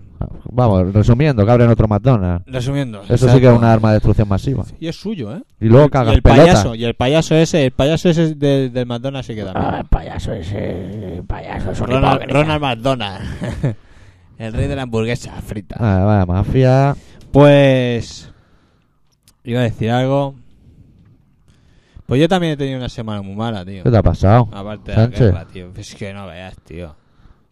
Vamos, resumiendo, que abren otro McDonald's.
Resumiendo.
Eso sí que es un arma de destrucción masiva.
Y es suyo, ¿eh?
Y luego
Y
cagas
el
pelota.
payaso. Y el payaso ese. El payaso ese del, del McDonald's se queda.
Ah, payaso ese, payaso es un
Ronald,
hipócrita.
Ronald McDonald. el rey de la hamburguesa frita.
Ah, vaya mafia.
Pues. Iba a decir algo. Pues yo también he tenido una semana muy mala, tío.
¿Qué te ha pasado?
Aparte de
Sánchez.
la guerra, tío. Es que no veas, tío.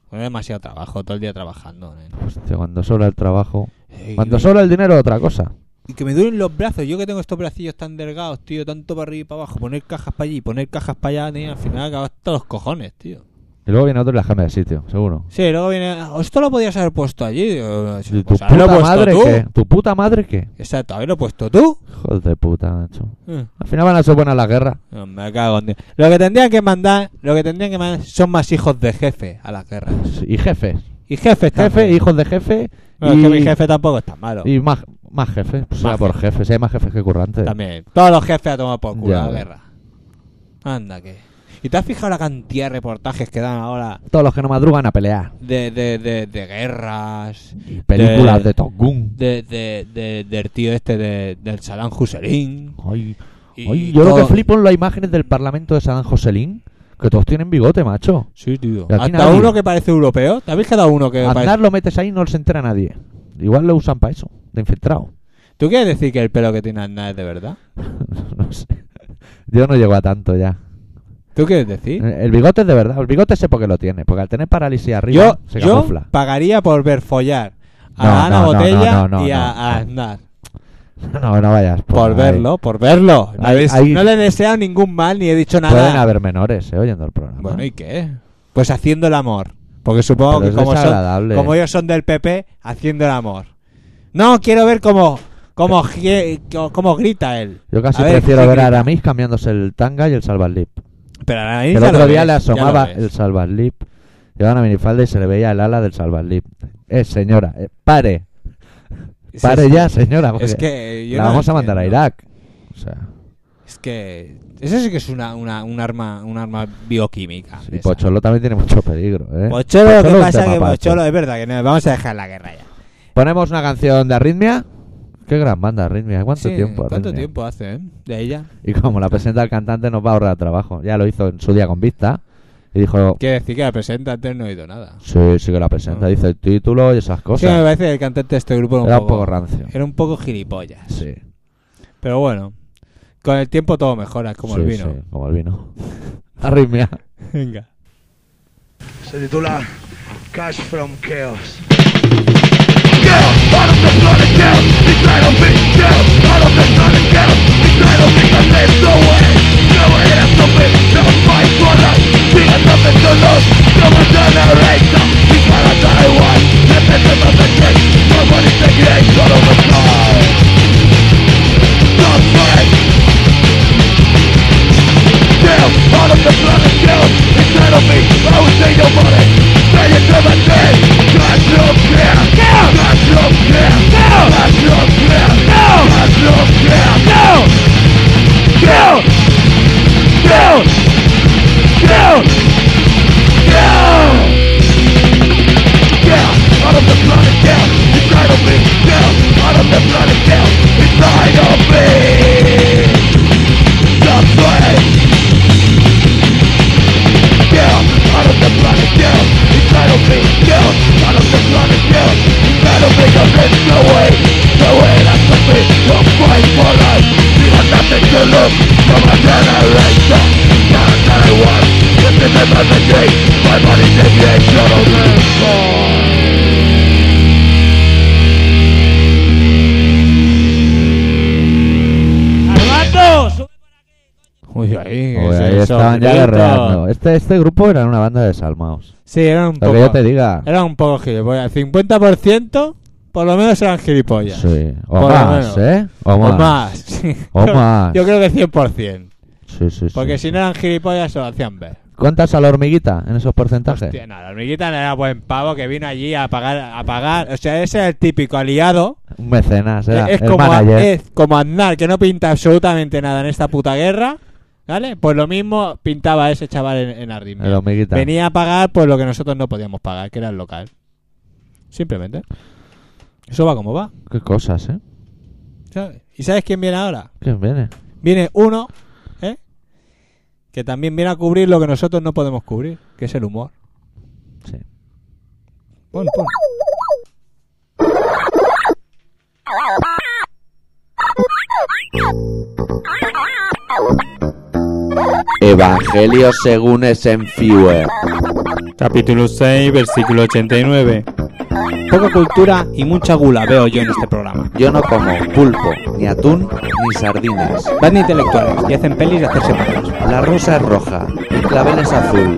Tengo demasiado trabajo, todo el día trabajando. nen.
Hostia, cuando sobra el trabajo.
Ey,
Cuando
que-
sobra el dinero, otra cosa.
Y que me duelen los brazos. Yo que tengo estos bracillos tan delgados, tío. Tanto para arriba y para abajo. Poner cajas para allí, poner cajas para allá, tío. Al final acabas todos los cojones, tío.
Y luego viene otro y la cambia de sitio, seguro.
Sí, luego viene... "Ah, Esto lo podías haber puesto allí. Digo,
¿Y tu
"Pues haberlo
puta
puesto
madre
tú".
qué? ¿Tu puta madre qué?
Exacto, haberlo puesto tú.
Joder de puta, macho.
Eh.
Al final van a ser buenas las guerras.
No, me cago en Dios. Lo que tendrían que mandar, lo que tendrían que mandar son más hijos de jefe a las guerras.
Y jefes.
Y jefes
Jefe,
también.
hijos de jefe.
Bueno,
y
es que mi jefe tampoco es tan malo.
y más, más jefes. Pues
Más
sea por jefes. Si hay más jefes que currantes.
También. Todos los jefes a tomar por culo
Ya
la
ves.
guerra. Anda que. ¿Y te has fijado la cantidad de reportajes que dan ahora
Todos los que no madrugan a pelear.
de, de, de, de guerras?
Películas de,
de,
Top Gun.
de, de- de- del tío este de- del Saddam Hussein.
Ay,
Y-
ay,
y
yo lo que
todo-
flipo en las imágenes del Parlamento de Saddam Hussein. Que todos tienen bigote, macho.
Sí, tío.
Y aquí
Hasta
nadie.
uno que parece europeo. ¿Te habéis quedado uno que parece
Aznar lo metes ahí y no se entera nadie. Igual lo usan para eso, de infiltrado.
¿Tú quieres decir que el pelo que tiene Aznar es de verdad?
no sé. Yo no llego a tanto ya.
¿Tú quieres decir?
Eh, El bigote es de verdad. El bigote sé por qué lo tiene. Porque al tener parálisis
Yo,
arriba se
yo
camufla.
pagaría por ver follar a
No,
Ana
no, no,
Botella
no, no,
y a,
no, no.
a Aznar.
No, no vayas.
Por,
ahí.
verlo, por verlo. No,
Ahí-
habéis-
ahí-
no le he deseado ningún mal ni he dicho
Pueden
nada.
haber menores, eh, oyendo el programa.
Bueno, ¿y qué? Pues haciendo el amor. Porque supongo
Pero es
que como, son,
desagradable.
como ellos son del PP, haciendo el amor. No, quiero ver cómo, cómo, gie- cómo grita él.
Yo casi
A ver,
prefiero
¿qué
ver a
grita?
Aramis cambiándose el tanga y el salvaslip.
Pero ahora
El otro día le asomaba el salvaslip, llevaba una minifalda y se le veía el ala del salvaslip. Eh, señora, eh, pare, pare ya, señora. porque
Es que yo
la
no
vamos a mandar a
entiendo.
Irak. O sea,
Es que eso sí que es una, una- un arma un arma bioquímica.
sí,
de Ah, esa.
Pocholo también tiene mucho peligro, ¿eh?
Pocholo, lo
Pocholo
que
es
pasa
tema
que
aparte.
Pocholo es verdad que no, vamos a dejar la guerra ya.
Ponemos una canción de Arritmia. Qué gran banda Arritmia. ¿Cuánto
Sí,
tiempo
¿Cuánto
Arritmia?
tiempo hace, eh? De ella.
Y como la presenta el cantante nos va a ahorrar trabajo. Ya lo hizo en su día con Vista. Y dijo,
Quiere decir que la presenta antes no he oído nada.
sí, sí que la presenta. Dice el título y esas
Es que Ah. me
cosas.
parece que el cantante de este grupo era un,
Era un
poco,
poco rancio.
era un poco gilipollas.
Sí.
Pero bueno, con el tiempo todo mejora, es como el
Sí,
vino.
sí, como el vino. Arritmia.
Venga.
se titula Cash from Chaos.
Cash
Uy, ahí,
Oye,
ese
Pues ahí estaban ya
sombrito.
guerreando. Este, este grupo era una banda de salmaos.
Sí, eran un
Lo que yo
poco.
te diga.
Era un poco gilipollas. El 50% por lo menos eran gilipollas.
Sí. O
Por lo menos.
más, ¿eh? O
O
más.
más. sí.
O más.
Yo creo que 100%.
Sí, sí, sí.
Porque si no eran gilipollas, se lo hacían ver.
¿Cuántas a la hormiguita en esos porcentajes?
Hostia, no, la hormiguita no era buen pavo que vino allí a pagar. A pagar. O sea, ese es el típico aliado.
Un mecenas,
que
era
es,
el
como,
manager.
es como Aznar, que no pinta absolutamente nada en esta puta guerra. ¿Vale? Pues lo mismo pintaba ese chaval en, en Arritmia.
El hormiguita.
Venía a pagar por lo que nosotros no podíamos pagar, que era el local. Simplemente. Eso va como va.
Qué cosas, ¿eh?
¿sabes? ¿Y sabes quién viene ahora?
¿Quién viene?
Viene uno, ¿eh? Que también viene a cubrir lo que nosotros no podemos cubrir, que es el humor.
Sí.
Pon, pon.
Evangelio según es en Fiue.
Capítulo 6, versículo 89. Poca cultura y mucha gula veo yo en este programa.
Yo no como pulpo, ni atún, ni sardinas.
Van intelectuales y hacen pelis de hacerse malos.
La rosa es roja, el clavel es azul.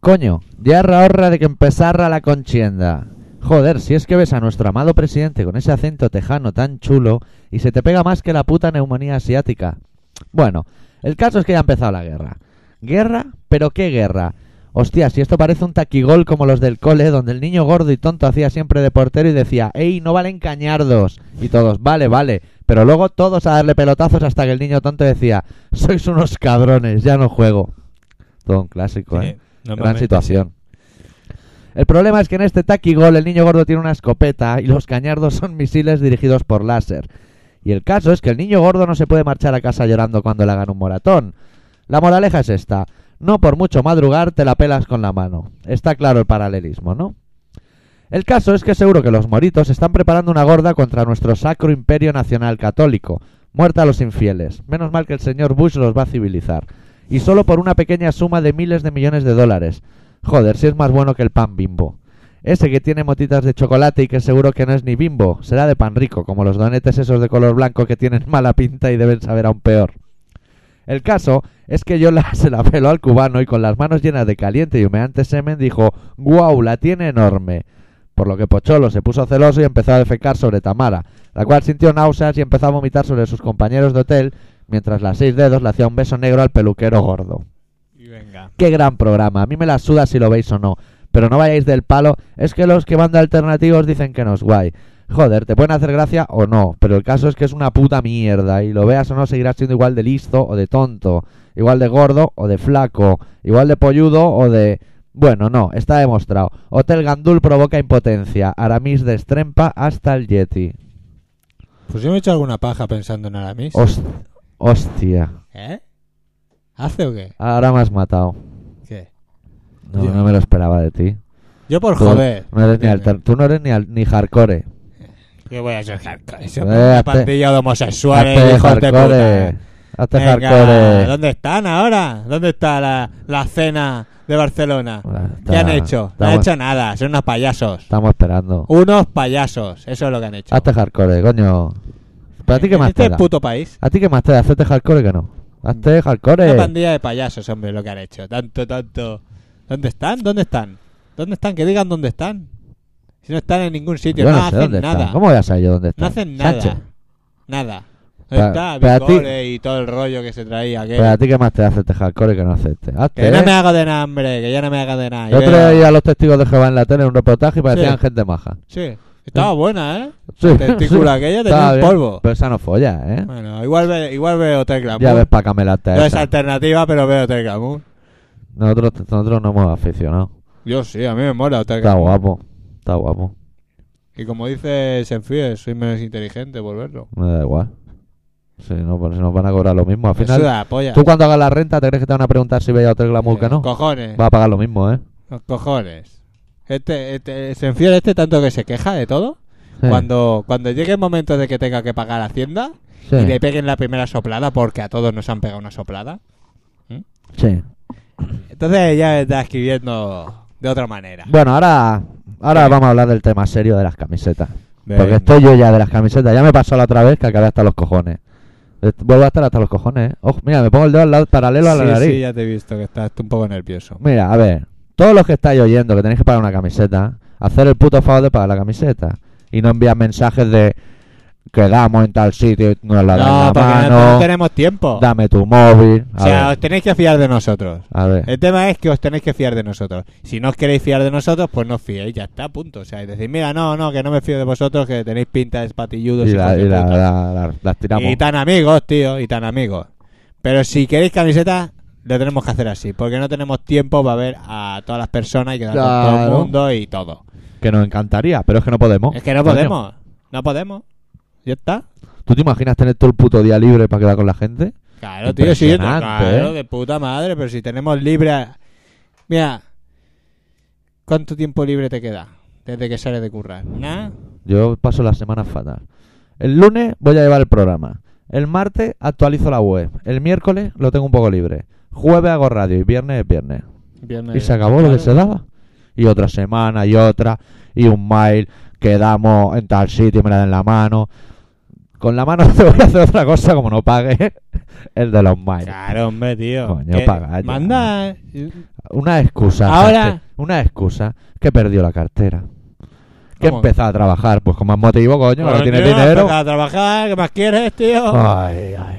Coño, ya era hora de que empezara la contienda. Joder, si es que ves a nuestro amado presidente con ese acento tejano tan chulo y se te pega más que la puta neumonía asiática. Bueno, el caso es que ya ha empezado la guerra. ¿Guerra? ¿Pero qué guerra? Hostia, si esto parece un taquigol como los del cole, donde el niño gordo y tonto hacía siempre de portero y decía, ¡Ey, no valen cañardos! Y todos, vale, vale. Pero luego todos a darle pelotazos hasta que el niño tonto decía, sois unos cabrones, ya no juego. Todo un clásico, ¿eh? Gran situación. El problema es que en este taquigol el niño gordo tiene una escopeta y los cañardos son misiles dirigidos por láser. Y el caso es que el niño gordo no se puede marchar a casa llorando cuando le hagan un moratón. La moraleja es esta. No por mucho madrugar te la pelas con la mano. Está claro el paralelismo, ¿no? El caso es que seguro que los moritos están preparando una gorda contra nuestro sacro imperio nacional católico. Muerta a los infieles. Menos mal que el señor Bush los va a civilizar. Y solo por una pequeña suma de miles de millones de dólares. Joder, si es más bueno que el pan bimbo. Ese que tiene motitas de chocolate y que seguro que no es ni bimbo, será de pan rico, como los donetes esos de color blanco que tienen mala pinta y deben saber aún peor. El caso es que yo la- se la peló al cubano y con las manos llenas de caliente y humeante semen dijo, guau, la tiene enorme. Por lo que Pocholo se puso celoso y empezó a defecar sobre Tamara, la cual sintió náuseas y empezó a vomitar sobre sus compañeros de hotel, mientras las seis dedos le hacía un beso negro al peluquero gordo.
venga.
Qué gran programa. A mí me la suda si lo veis o no. Pero no vayáis del palo. Es que los que van de alternativos dicen que no es guay. Joder, te pueden hacer gracia o no. Pero el caso es que es una puta mierda. Y lo veas o no, seguirás siendo igual de listo o de tonto. Igual de gordo o de flaco. Igual de polludo o de... Bueno, no, está demostrado. Hotel Gandul provoca impotencia. Aramis destrempa hasta el Yeti.
Pues yo me he hecho alguna paja pensando en Aramis.
Host- Hostia.
¿Eh? ¿Hace o qué?
Ahora me has matado.
¿Qué?
No,
Yo-
no me lo esperaba de ti.
Yo por
Tú
joder.
no eres ni alter- tú no eres ni, al- ni hardcore.
Yo voy a ser hardcore. Eso,
Eh,
una
hazte-
pandilla de homosexuales,
Hazte
hijos de
hardcore.
puta.
Hazte
Venga,
hardcore.
¿Dónde están ahora? ¿Dónde está la, la cena de Barcelona?
Bueno,
¿Qué han
está-
hecho? No
estamos-
han hecho nada. Son unos payasos.
Estamos esperando.
Unos payasos. Eso es lo que han hecho.
Hazte hardcore, coño. Pero a ti qué
En
más
este
te da.
puto país.
A ti qué más te da. Hacerte hardcore que no. Hazte
Una
hardcore.
pandilla de payasos, hombre, lo que han hecho. Tanto, tanto. ¿Dónde están? ¿Dónde están? ¿Dónde están? Que digan dónde están. Si no están en ningún sitio,
Yo no,
no,
sé
hacen
dónde
nada.
está. ¿Cómo voy a saber yo dónde está?
No hacen nada.
Sánchez.
Nada.
Pero-
¿Dónde está?
pero a ti-
Bigore y todo el rollo que se traía. Que,
Pero a ti qué más te da hacerte hardcore que no hacerte.
que
Hazte.
no me
¿eh?
hago de nada, hombre. Que ya no me hago de nada.
El
Y
otro
veo-
día a los testigos de Jehová en la tele en un reportaje y parecían
Sí.
gente maja.
Sí. Estaba buena, ¿eh?
Sí,
Testícula aquella tenía
Estaba
un
bien.
polvo.
Pero esa no folla, ¿eh?
Bueno, pues, igual, ve- igual veo Tecla
Ya ves para camelarte
No es
esa.
alternativa, pero veo Tecla
Nosotros, nosotros no hemos aficionado.
Yo sí, a mí me mola Tecla
Está guapo. Está guapo.
Y como dice Senfíes, soy menos inteligente por verlo.
Me da igual. Se nos, se nos van a cobrar lo mismo. Al
Me
final,
suda la polla.
tú cuando hagas la renta, ¿te crees que te van a preguntar si veía otro glamour que
Los
no?
Cojones.
Va a pagar lo mismo, ¿eh?
Los cojones. Este, este, se enfiera este tanto que se queja de todo.
Sí,
Cuando, cuando llegue el momento de que tenga que pagar Hacienda
sí,
y le peguen la primera soplada, porque a todos nos han pegado una soplada.
sí.
Entonces ya está escribiendo de otra manera.
Bueno, ahora, ahora
Venga.
vamos a hablar del tema serio de las camisetas. Porque
Venga.
estoy yo ya de las camisetas. Ya me pasó la otra vez que acabé hasta los cojones. Est- Vuelvo a estar hasta los cojones, ¿eh? Ojo, mira, me pongo el dedo al lado paralelo a la
Sí,
nariz.
sí, ya te he visto que estás tú un poco nervioso.
Mira, a ver, todos los que estáis oyendo que tenéis que pagar una camiseta, hacer el puto favor de pagar la camiseta. Y no enviar mensajes de quedamos en tal sitio y nos la dan
no,
la
porque no-
mano,
no tenemos tiempo.
dame tu móvil. A
o sea,
ver,
os tenéis que fiar de nosotros.
a ver.
El tema es que os tenéis que fiar de nosotros. Si no os queréis fiar de nosotros, pues no os fiéis, ya está, punto. O sea, y decir, mira, no, no, que no me fío de vosotros, que tenéis pinta de espatilludos
Y, la-
hijos de
y la-
puta.
la- la- las tiramos.
Y tan amigos, tío, y tan amigos. Pero si queréis camisetas, lo tenemos que hacer así, porque no tenemos tiempo para ver a todas las personas y quedar con todo el
Claro.
mundo y todo.
Que nos encantaría, pero es que no podemos.
Es que no
Coño,
podemos, no podemos. Ya está.
¿Tú te imaginas tener todo el puto día libre para quedar con la gente?
Claro, tío, sí, yo-
Impresionante,
claro,
¿eh?
de puta madre, pero si tenemos libre. a- Mira, ¿cuánto tiempo libre te queda desde que sales de currar? ¿Nada?
Yo paso la semana fatal. El lunes voy a llevar el programa. El martes actualizo la web. El miércoles lo tengo un poco libre. Jueves hago radio y viernes es viernes.
Viernes.
Y se acabó lo que se daba. Y otra semana y otra. Y un mail. Quedamos en tal sitio y me la dan la mano. Con la mano te voy a hacer otra cosa como no pague el de los mails.
Claro, hombre, tío.
Coño,
Que
paga ya.
Manda. eh.
Una excusa.
Ahora-
gente. Una excusa que perdió la cartera. Que
¿Cómo?
empezó a trabajar. Pues con más motivo, coño, que no tiene
Coño,
dinero.
empieza
Ah.
A trabajar, ¿qué más quieres, tío?
Ay, ay.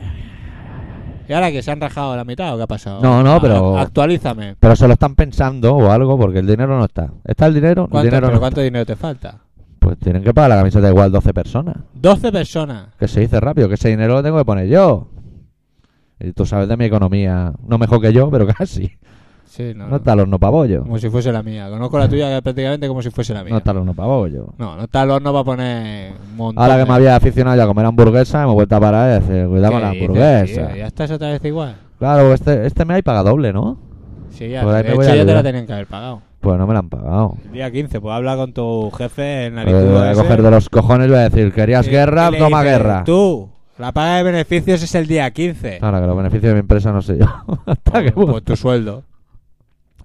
Y ahora que se han rajado la mitad, ¿o qué ha pasado?
No, no,
Ah,
pero-
Actualízame.
Pero se lo están pensando o algo porque el dinero no está. ¿Está el dinero? El
¿Cuánto,
dinero
pero
no
¿Cuánto
está.
dinero te falta?
Pues tienen que pagar la camiseta igual 12 personas.
12 personas.
Que se dice rápido, que ese dinero lo tengo que poner yo. Y tú sabes de mi economía. No mejor que yo, pero casi.
Sí, no.
No está los no pabollo.
Como si fuese la mía. Conozco la tuya que prácticamente como si fuese la mía.
No está los no pabollo.
No, no está el horno para poner un montón.
Ahora que
de-
me había aficionado ya a comer hamburguesa, me he vuelto a parar y decir, cuidado con la
¿Qué dices,
hamburguesa.
tío? ya estás otra vez igual.
Claro, este, este me hay pagado doble, ¿no?
Sí, ya.
Por
de
ahí me
hecho,
voy a
ya te la
ayudar.
tenían que haber pagado.
Pues no me la han pagado.
El día 15, pues habla con tu jefe en la
Eh, voy a coger de los cojones y voy a decir, ¿querías guerra? Toma guerra. Ah,
Tú, la paga de beneficios es el día 15.
Ahora que los beneficios de mi empresa no sé yo. Hasta que
Pues- pues tu sueldo.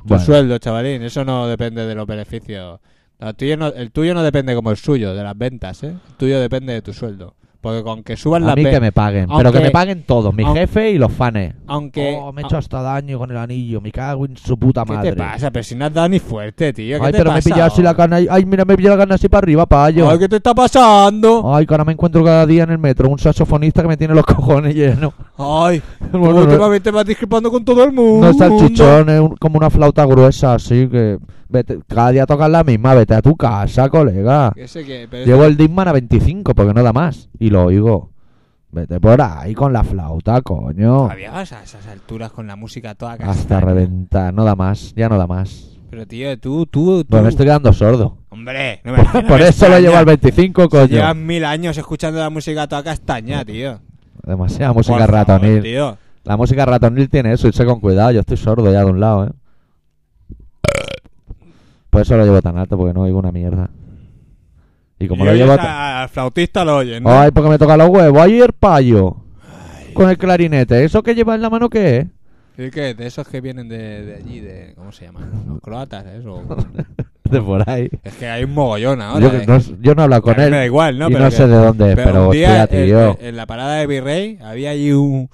Tu
Bueno.
sueldo, chavalín. Eso no depende de los beneficios. El tuyo, no, el tuyo no depende como el suyo, de las ventas, ¿eh? El tuyo depende de tu sueldo. Porque con que suban
A
las
mí que
ventas...
me paguen, pero
Aunque-
que me paguen todos, mi
aunque-
jefe y los fanes.
Aunque...
Oh, me he hecho hasta daño con el anillo, me cago en su puta
¿Qué
madre.
te pasa? Pero si no has dado ni fuerte, tío. ¿Qué
Ay,
te
pero me he
pasa?
pillado así la carne. ahí. Ay, mira, me he pillado la carne así para arriba, payo.
Ay, ¿qué te está pasando?
Ay, que ahora me encuentro cada día en el metro un saxofonista que me tiene los cojones llenos. Oh.
Ay,
Bueno,
tú
no-
últimamente vas discrepando con todo el mundo.
No es salchichón, es un- como una flauta gruesa, así que. Vete, cada día tocas la misma, vete a tu casa, colega.
Que sé que- pero-
Llevo el Disman a 25 porque no da más. Y lo oigo. Vete por ahí con la flauta, coño.
Todavía vas a esas alturas con la música toda
Hasta
castaña.
reventar, no da más, ya no da más.
Pero tío, tú, tú, tú.
Pues me estoy quedando sordo.
Hombre, no me
Por, por eso lo llevo al 25, coño.
Llevas mil años escuchando la música toda castaña, tío.
Demasiada música
Por favor,
ratonil.
tío.
La música ratonil tiene eso, irse con cuidado. Yo estoy sordo ya de un lado, ¿eh? Por eso lo llevo tan alto, porque no oigo una mierda. Y como
Y
lo
oyes
llevo... tan-
a- Al flautista lo oyen, ¿no?
Ay, porque me toca los huevos. Ay, el payo. Con el clarinete. ¿Eso que lleva en la mano qué es?
¿Y qué? De esos que vienen de, de allí, de. ¿Cómo se llaman? Los croatas, ¿eh? Eso.
De por ahí.
Es que hay un mogollón ahora.
Yo
¿eh?
no, yo no he hablado
Que a
con
mí
él.
me da igual, ¿no?
y
Pero
no
que-
sé de dónde es, pero,
un día eh,
hostia,
en-
tío.
En, la parada de Virrey había allí un,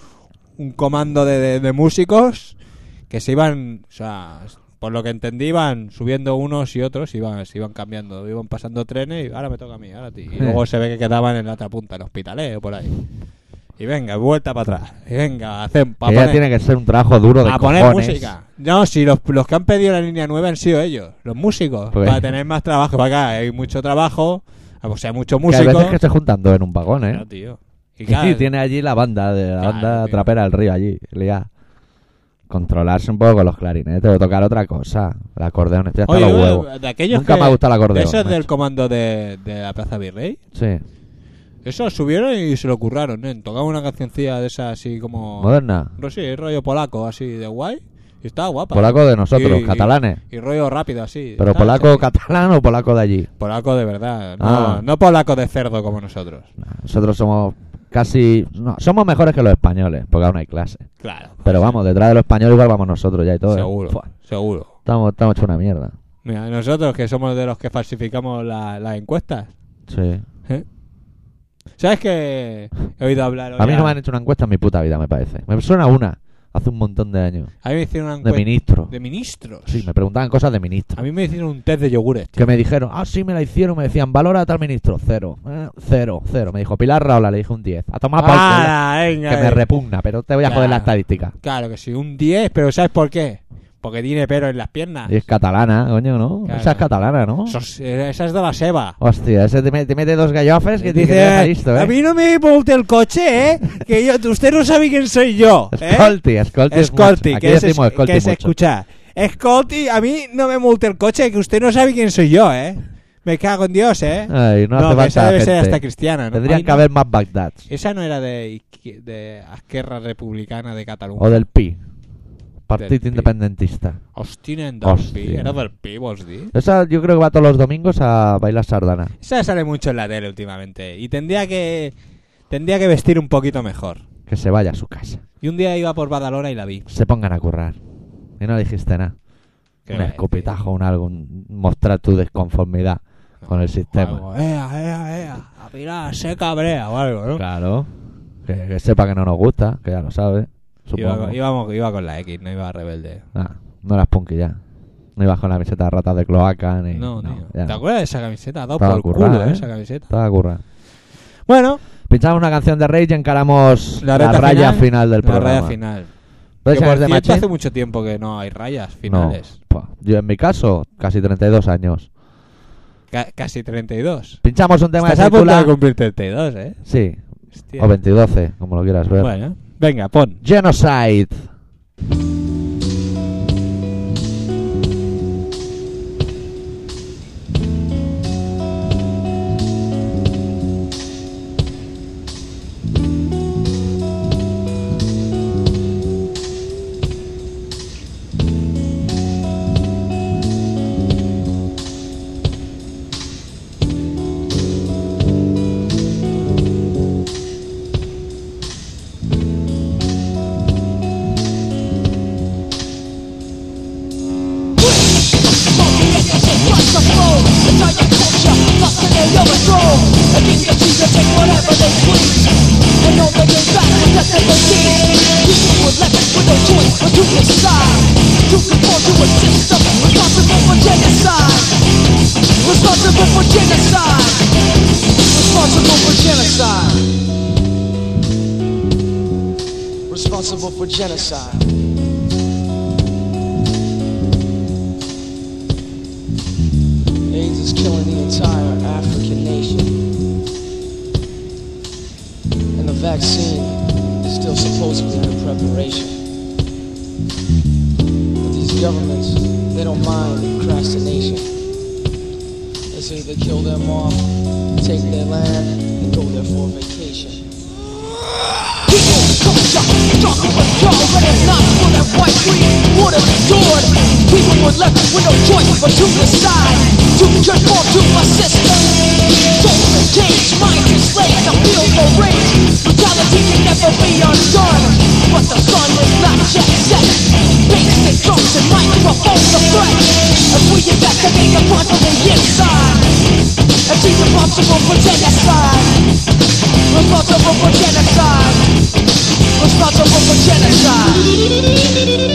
un comando de, de- de músicos que se iban, o sea, por lo que entendí, iban subiendo unos y otros, iban, se iban cambiando, iban pasando trenes y ahora me toca a mí, ahora a ti. Y
Sí.
luego se ve que quedaban en la otra punta, en hospitales o por ahí. Y venga, vuelta para atrás. Y venga, hacen pa'
Que ya
poner-
tiene que ser un trabajo duro de
a poner
cojones.
música. No, si los, los que han pedido la línea nueva han sido ellos, los músicos,
Pues-
para tener más trabajo. Para acá hay mucho trabajo, o sea, hay muchos
Que hay
músicos.
veces que se juntan dos en un vagón, ¿eh?
Claro, tío. Y
Y
claro,
tiene allí la banda, de la
Claro,
banda
tío.
trapera del río allí, liá. Controlarse un poco con los clarinetes o tocar otra cosa. El acordeón, este estoy
Oye,
hasta los
oye,
huevos.
de aquellos
Nunca
que-
me ha gustado el
de
acordeón.
esos del
macho.
comando de, de la Plaza Virrey,
Sí.
Eso subieron y se lo curraron, ¿eh? Tocaban una cancioncilla de esa así como...
Moderna.
No sé, rollo polaco, así de guay. Y estaba guapa.
Polaco de nosotros,
Y- y-
catalanes.
Y rollo rápido, así.
Pero
Estaba
polaco
chachi.
catalán o polaco de allí.
Polaco de verdad. No,
Ah.
no polaco de cerdo como nosotros.
Nosotros somos casi. no, somos mejores que los españoles, porque aún hay clase.
Claro.
Pero vamos, detrás de los españoles igual vamos nosotros ya y todo. ¿eh?
Seguro,
Fua,
seguro.
Estamos, estamos hechos una mierda.
Mira, nosotros que somos de los que falsificamos la- las encuestas.
Sí.
¿eh? ¿Sabes que he oído hablar hoy Ah,
A mí no me
a-
han hecho una encuesta en mi puta vida, me parece. Me suena una hace un montón de años.
a mí me hicieron una
De
encuesta
ministro.
Pues, de ministros.
Sí, me preguntaban cosas de
A
ministro.
mí me hicieron un test de yogures, tío.
Que me dijeron, ah, sí, me la hicieron. Me decían, valora a tal ministro. Cero. Eh, cero, cero. Me dijo, Pilar Raula, le dije un 10. A tomar por culo.
¡Hala, venga,
Que me
eh!
repugna, pero te voy a
Ya.
joder la estadística.
Claro que sí, un 10, pero ¿sabes por qué? Porque tiene pelo en las piernas.
Y es catalana, coño, ¿no?
Ah. Claro.
Esa es catalana, ¿no?
Esos- eh, esa es de la Seba.
Hostia, ese te, me- te mete dos gallofes que te- que te deja
Dice,
listo,
a
¿eh?
mí no me monte el coche, ¿eh? Que yo, usted no sabe quién soy yo, ¿eh?
Escolti, escolti. es mucho.
Escolti,
Aquí
que es,
decimos escolti
que es
mucho.
escuchar. Escolti, a mí no me multe el coche, que usted no sabe quién soy yo, ¿eh? Me cago en Dios, ¿eh?
Ay, no, hace
que
falta
esa debe ser
gente.
hasta cristiana, ¿no?
Tendrían
Ay,
que
no.
haber más Bagdads.
Esa no era de, izquier- de Esquerra Republicana de Cataluña.
O del PI. Partido
PI.
Independentista.
Hostia, en
Hostia.
del Pi, era del Pi, vos di.
Esa yo creo que va todos los domingos a bailar sardana.
Esa sale mucho en la tele últimamente y tendría que tendría que vestir un poquito mejor.
Que se vaya a su casa.
Y un día iba por Badalona y la vi.
Se pongan a currar. Y no dijiste nada.
¿Qué
Un
va a decir?
escopetajo, un algo. un- Mostrar tu desconformidad con el sistema.
Algo, ea, ea, ea, a Pilar se cabrea o algo, ¿no?
Claro. Que, que sepa que no nos gusta, que ya lo sabe.
Iba
Supongo.
con, íbamos- iba con la X, no iba rebelde.
Ah, no eras punky ya. No ibas con la camiseta de ratas de cloaca ni.
No, tío.
ya
¿Te
no.
acuerdas de esa camiseta? Ha Dado
Estaba
por
currada,
culo, ¿eh?
¿eh?
Esa camiseta.
Estaba currada.
Bueno,
Pinchamos una canción de Rage y encaramos la,
la, reta
raya final,
final,
del
la
programa.
raya final.
¿Puedes
Que, por
saber de
cierto,
Machín?
hace mucho tiempo que no hay rayas finales.
No. Pua. Yo en mi caso, casi 32 años.
Ca- casi 32.
Pinchamos un tema
Estás
de
a punto
película.
de cumplir 32, ¿eh?
Sí,
Hostia.
o 22, como lo quieras ver.
Bueno, venga, pon.
Genocide.
Responsible for genocide. Responsible for genocide. Responsible for genocide. AIDS is killing the entire African nation. And the vaccine is still supposedly in preparation. But these governments, they don't mind procrastination. They say they kill them off, take their land, and go there for vacation. People, culture, darker and darker, and it's not for that white green wood and sword. People were left with no choice but to decide to conform to my system. Soul and cage, mind enslaved, I feel no rage. Brutality can never be undone, but the sun is not yet set. Bass and drums and microphones are threats as we investigate the front from the inside. And she's impossible for genocide. Responsible for genocide. Responsible for genocide.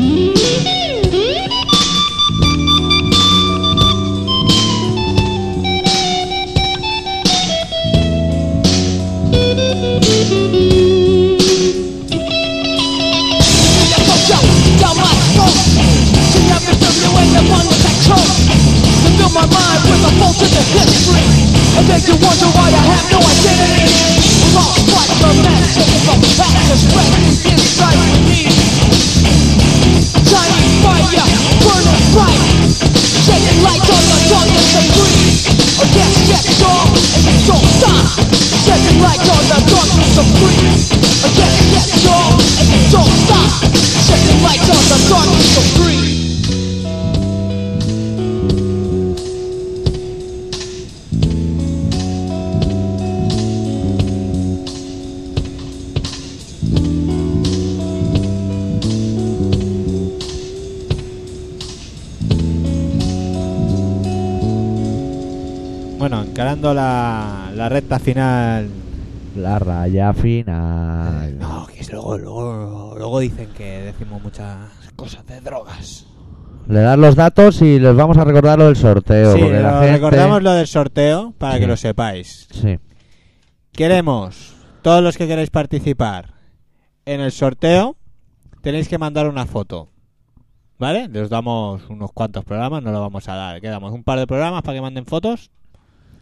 Thank
It makes you wonder why I have no identity. Lost like the magic of past rescue inside me. Tiny fire, burning bright. Shedding light on the darkness they breathe. Oh yes, yes, y'all, and you don't stop. Shedding light on the darkness of greed. Oh yes, yes, y'all, and you don't stop. Shedding light on the darkness of greed.
Bueno, encarando la, la recta final.
La raya final.
Eh, No, que es luego, luego, luego dicen que decimos muchas cosas de drogas.
Le das los datos y les vamos a recordar lo del sorteo.
Sí,
porque la
lo-
gente-
recordamos lo del sorteo para
Sí.
que lo sepáis.
Sí.
Queremos, todos los que queráis participar en el sorteo, tenéis que mandar una foto. ¿Vale? Les damos unos cuantos programas, no lo vamos a dar. Quedamos un par de programas para que manden fotos.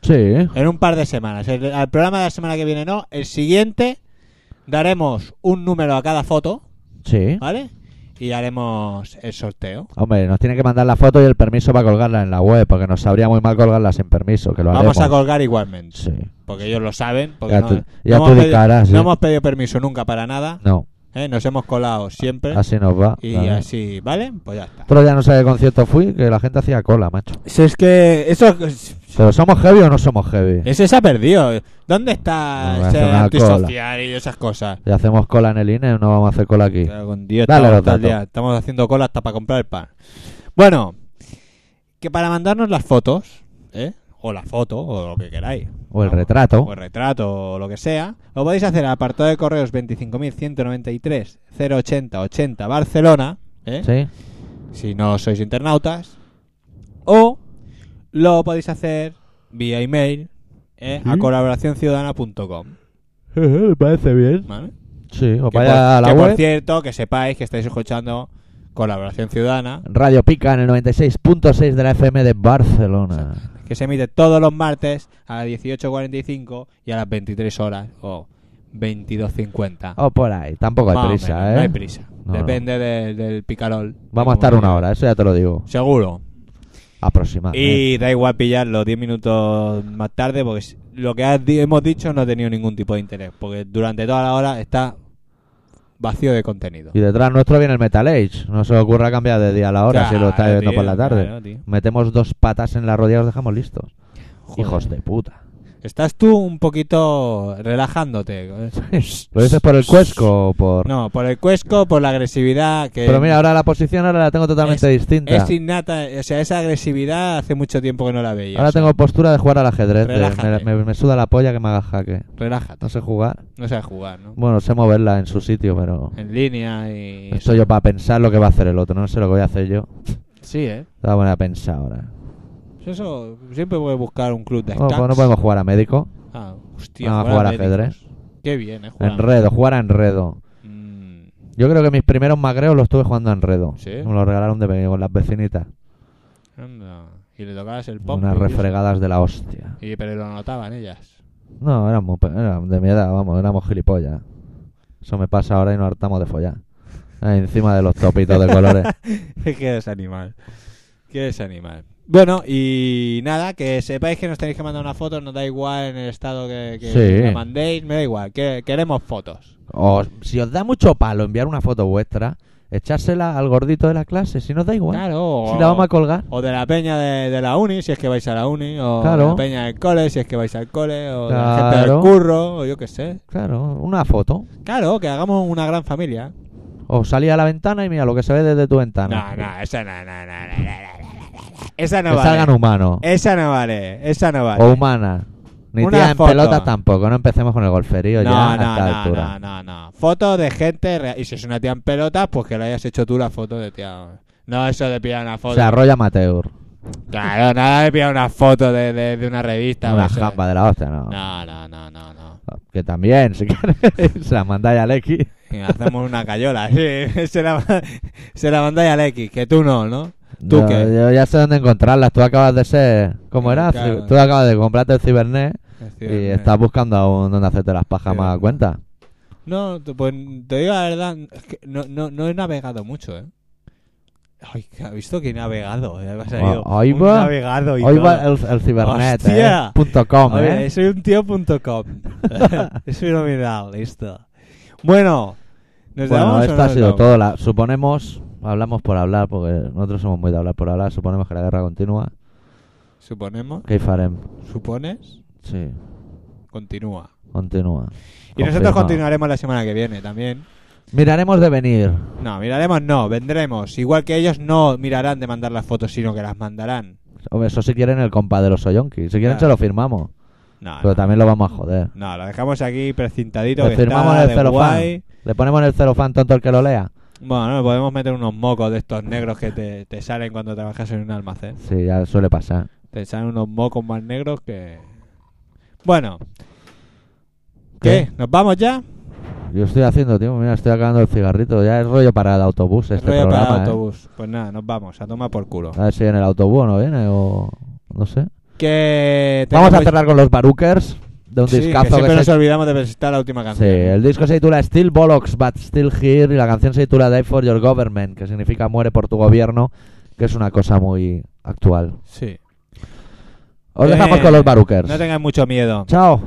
Sí.
En un par de semanas. El, al programa de la semana que viene no. El siguiente daremos un número a cada foto,
Sí.
¿vale? Y haremos el sorteo.
Hombre, nos tiene que mandar la foto y el permiso para colgarla en la web, porque nos sabría muy mal colgarla sin permiso, que lo
Vamos a
haremos.
colgar igualmente.
Sí.
Porque ellos lo saben. Porque
Ya
no,
tú-
no
ya ¿eh? tú
hemos
di
pedido,
cara, sí.
no hemos pedido permiso nunca para nada.
No,
¿eh? Nos hemos colado siempre.
así nos va.
¿Eh? y
Vale.
así, ¿vale? Pues ya está.
Otro día no sé de concierto fui, que la gente hacía cola, macho.
Si es que eso
¿Pero somos heavy o no somos heavy?
ese se ha perdido. ¿Dónde está
No, me
ese
hace una
antisocial y esas cosas?
Y hacemos cola en el INE, no vamos a hacer cola aquí.
Claro, con Dios,
Dale
estamos,
los
todo el
datos.
día- estamos haciendo cola hasta para comprar el pan. Bueno, que para mandarnos las fotos, ¿eh? o la foto, o lo que queráis,
O el
Vamos.
retrato.
o el retrato, o lo que sea, lo podéis hacer al apartado de correos 25.193-080-80 Barcelona, ¿eh?
Sí.
si no sois internautas, o lo podéis hacer vía email ¿eh? a
Sí.
colaboracionciudadana.com.
Eh, Me parece bien.
¿vale?
Sí, o
Que
vaya
por-
a la
que
web.
por cierto, que sepáis que estáis escuchando Colaboración Ciudadana,
Radio Pica en el 96.6 de la FM de Barcelona.
que se emite todos los martes a las 18.45 y a las 23 horas o 22.50.
O por ahí, tampoco hay
Más o
Oh, prisa,
menos,
¿eh?
No hay prisa.
No,
Depende de- del picarol.
Vamos a estar una hora, eso ya te lo digo.
Seguro.
Aproximadamente.
Y da igual pillarlo 10 minutos más tarde porque si- lo que has di- hemos dicho no ha tenido ningún tipo de interés porque durante toda la hora está vacío de contenido.
Y detrás nuestro viene el Metal Age. No se os ocurra cambiar de día a la hora si lo estáis
Claro,
viendo
tío,
por la tarde.
claro, tío.
Metemos dos patas en la rodilla y os dejamos listos.
Joder.
Hijos de puta.
Estás tú un poquito relajándote.
¿Lo dices por el cuesco o por.?
No, por el cuesco, por la agresividad que...
Pero mira, ahora la posición ahora la tengo totalmente
es,
distinta.
Es innata, o sea, esa agresividad hace mucho tiempo que no la veía.
ahora
o sea,
tengo postura de jugar al ajedrez. de-
Relájate.
me, me- me suda la polla que me haga jaque.
Relájate,
No sé jugar.
no sabes jugar, ¿no?
Bueno, sé moverla en su sitio, pero.
En línea y...
Estoy yo para pensar lo que va a hacer el otro. No sé lo que voy a hacer yo.
Sí, ¿eh?
Te voy a poner a pensar ahora.
Eso, siempre voy a buscar un club de
pues No,
scouts.
no podemos jugar a médico.
Ah, hostia,
Vamos a
jugar a
jugar ajedrez.
médicos. Qué bien, ¿eh? Jugar a-
Enredo, jugar a enredo.
Mm,
Yo creo que mis primeros magreos los estuve jugando a enredo.
¿Sí?
Me los regalaron de pequeño con las vecinitas.
anda. Y le tocabas el pop.
unas refregadas de la hostia.
Y, pero lo notaban ellas.
No, éramos, pe- éramos de mi edad, vamos, éramos gilipollas. Eso me pasa ahora y nos hartamos de follar. Ahí encima de los topitos de colores.
Qué desanimal. Qué desanimal. Bueno, y nada, que sepáis que nos tenéis que mandar una foto, nos da igual en el estado que, que
Sí.
la mandéis, me da igual, que queremos fotos.
Os- si os da mucho palo enviar una foto vuestra, echársela al gordito de la clase, si nos da igual.
Claro.
Si la vamos a colgar.
O de la peña de, de la uni, si es que vais a la uni, o
Claro.
de la peña del cole, si es que vais al cole, o de la gente del
Claro.
curro, o yo qué sé.
Claro, una foto.
Claro, que hagamos una gran familia.
O salí a la ventana y mira lo que se ve desde tu ventana.
No, no, esa no, no, no, no, no, no, no, no, no. Esa no
que
vale.
salgan humanos.
Esa no vale, esa no vale.
O humanas. Ni
Una
tía en
foto.
pelotas tampoco. No empecemos con el golferío
no,
ya a
no,
esta
no,
altura.
no, no, no. Foto de gente real. Y si es una tía en pelotas, pues que le hayas hecho tú la foto de tía. No, eso de pillar una
O
foto.
sea, arrolla amateur.
claro, nada de pillar una foto de, de, de una revista.
Una
o sea.
jamba de la hostia, no.
No, no, no, no, no.
Que también, si queréis, se la mandáis al X.
Y hacemos una cayola. sí. se, la, se la mandáis al X, que tú no, ¿no? ¿Tú
yo,
qué?
yo ya sé dónde encontrarlas. Tú acabas de ser. ¿Cómo era?
Claro.
Tú acabas de comprarte el Cibernet
Es
y
decir, eh,
estás buscando aún dónde hacerte las pajas más a
Cibernet.
cuenta.
No, te, pues te digo la verdad, es que no, no, no he navegado mucho, ¿eh? Ay, que ha visto que he navegado, eh, me ha salido
Ah, ahí
un
va.
navegado y
Hoy
todo.
va el, el Cibernet.
Hostia.
eh, punto com,
A ver,
eh.
soy un tío.com. es fenomenal, listo. Bueno, nos
Bueno,
damos
esto
o no
ha
nos
sido
damos?
todo. La, suponemos, hablamos por hablar, porque nosotros somos muy de hablar por hablar. Suponemos que la guerra continúa.
Suponemos,
¿Qué farem?
supones,
Sí,
continúa.
continúa.
Y nosotros
Confirmado.
continuaremos la semana que viene también.
Miraremos de venir.
No, miraremos no, vendremos. Igual que ellos no mirarán de mandar las fotos, sino que las mandarán.
Hombre, Eso si quieren el compa de los Soyonki. Si quieren
Claro.
se lo firmamos.
No,
Pero
no,
también lo vamos a joder.
no, lo dejamos aquí precintadito.
Le
que
firmamos
está
en el
de guay.
celofán. Le ponemos en el celofán tonto el que lo lea.
Bueno, le podemos meter unos mocos de estos negros que te, te salen cuando trabajas en un almacén.
Sí, ya suele pasar.
Te salen unos mocos más negros que... Bueno, ¿qué?
¿Qué?
¿Nos vamos ya?
Yo estoy haciendo, tío. Mira, estoy acabando el cigarrito. Ya es rollo para el autobús este
Rollo
programa.
para el
¿eh?
autobús. Pues nada, nos vamos a tomar por culo.
A ver si en el autobús no viene o. No sé.
Que
Vamos a
tenemos-
cerrar con los Barookers de un
Sí, que
discazo que,
siempre nos
se...
olvidamos de presentar la última
Sí,
canción.
el disco se titula Still Bollocks But Still Here y la canción se titula Die for Your Government, que significa Muere por tu gobierno, que es una cosa muy actual.
Sí.
Os
Eh,
dejamos con los Barookers.
No tengáis mucho miedo.
Chao.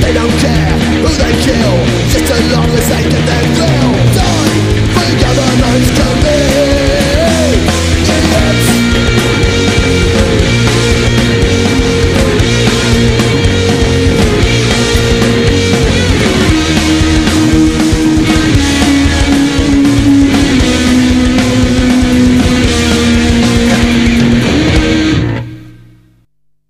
They don't care who they kill, just as long as they get their thrill.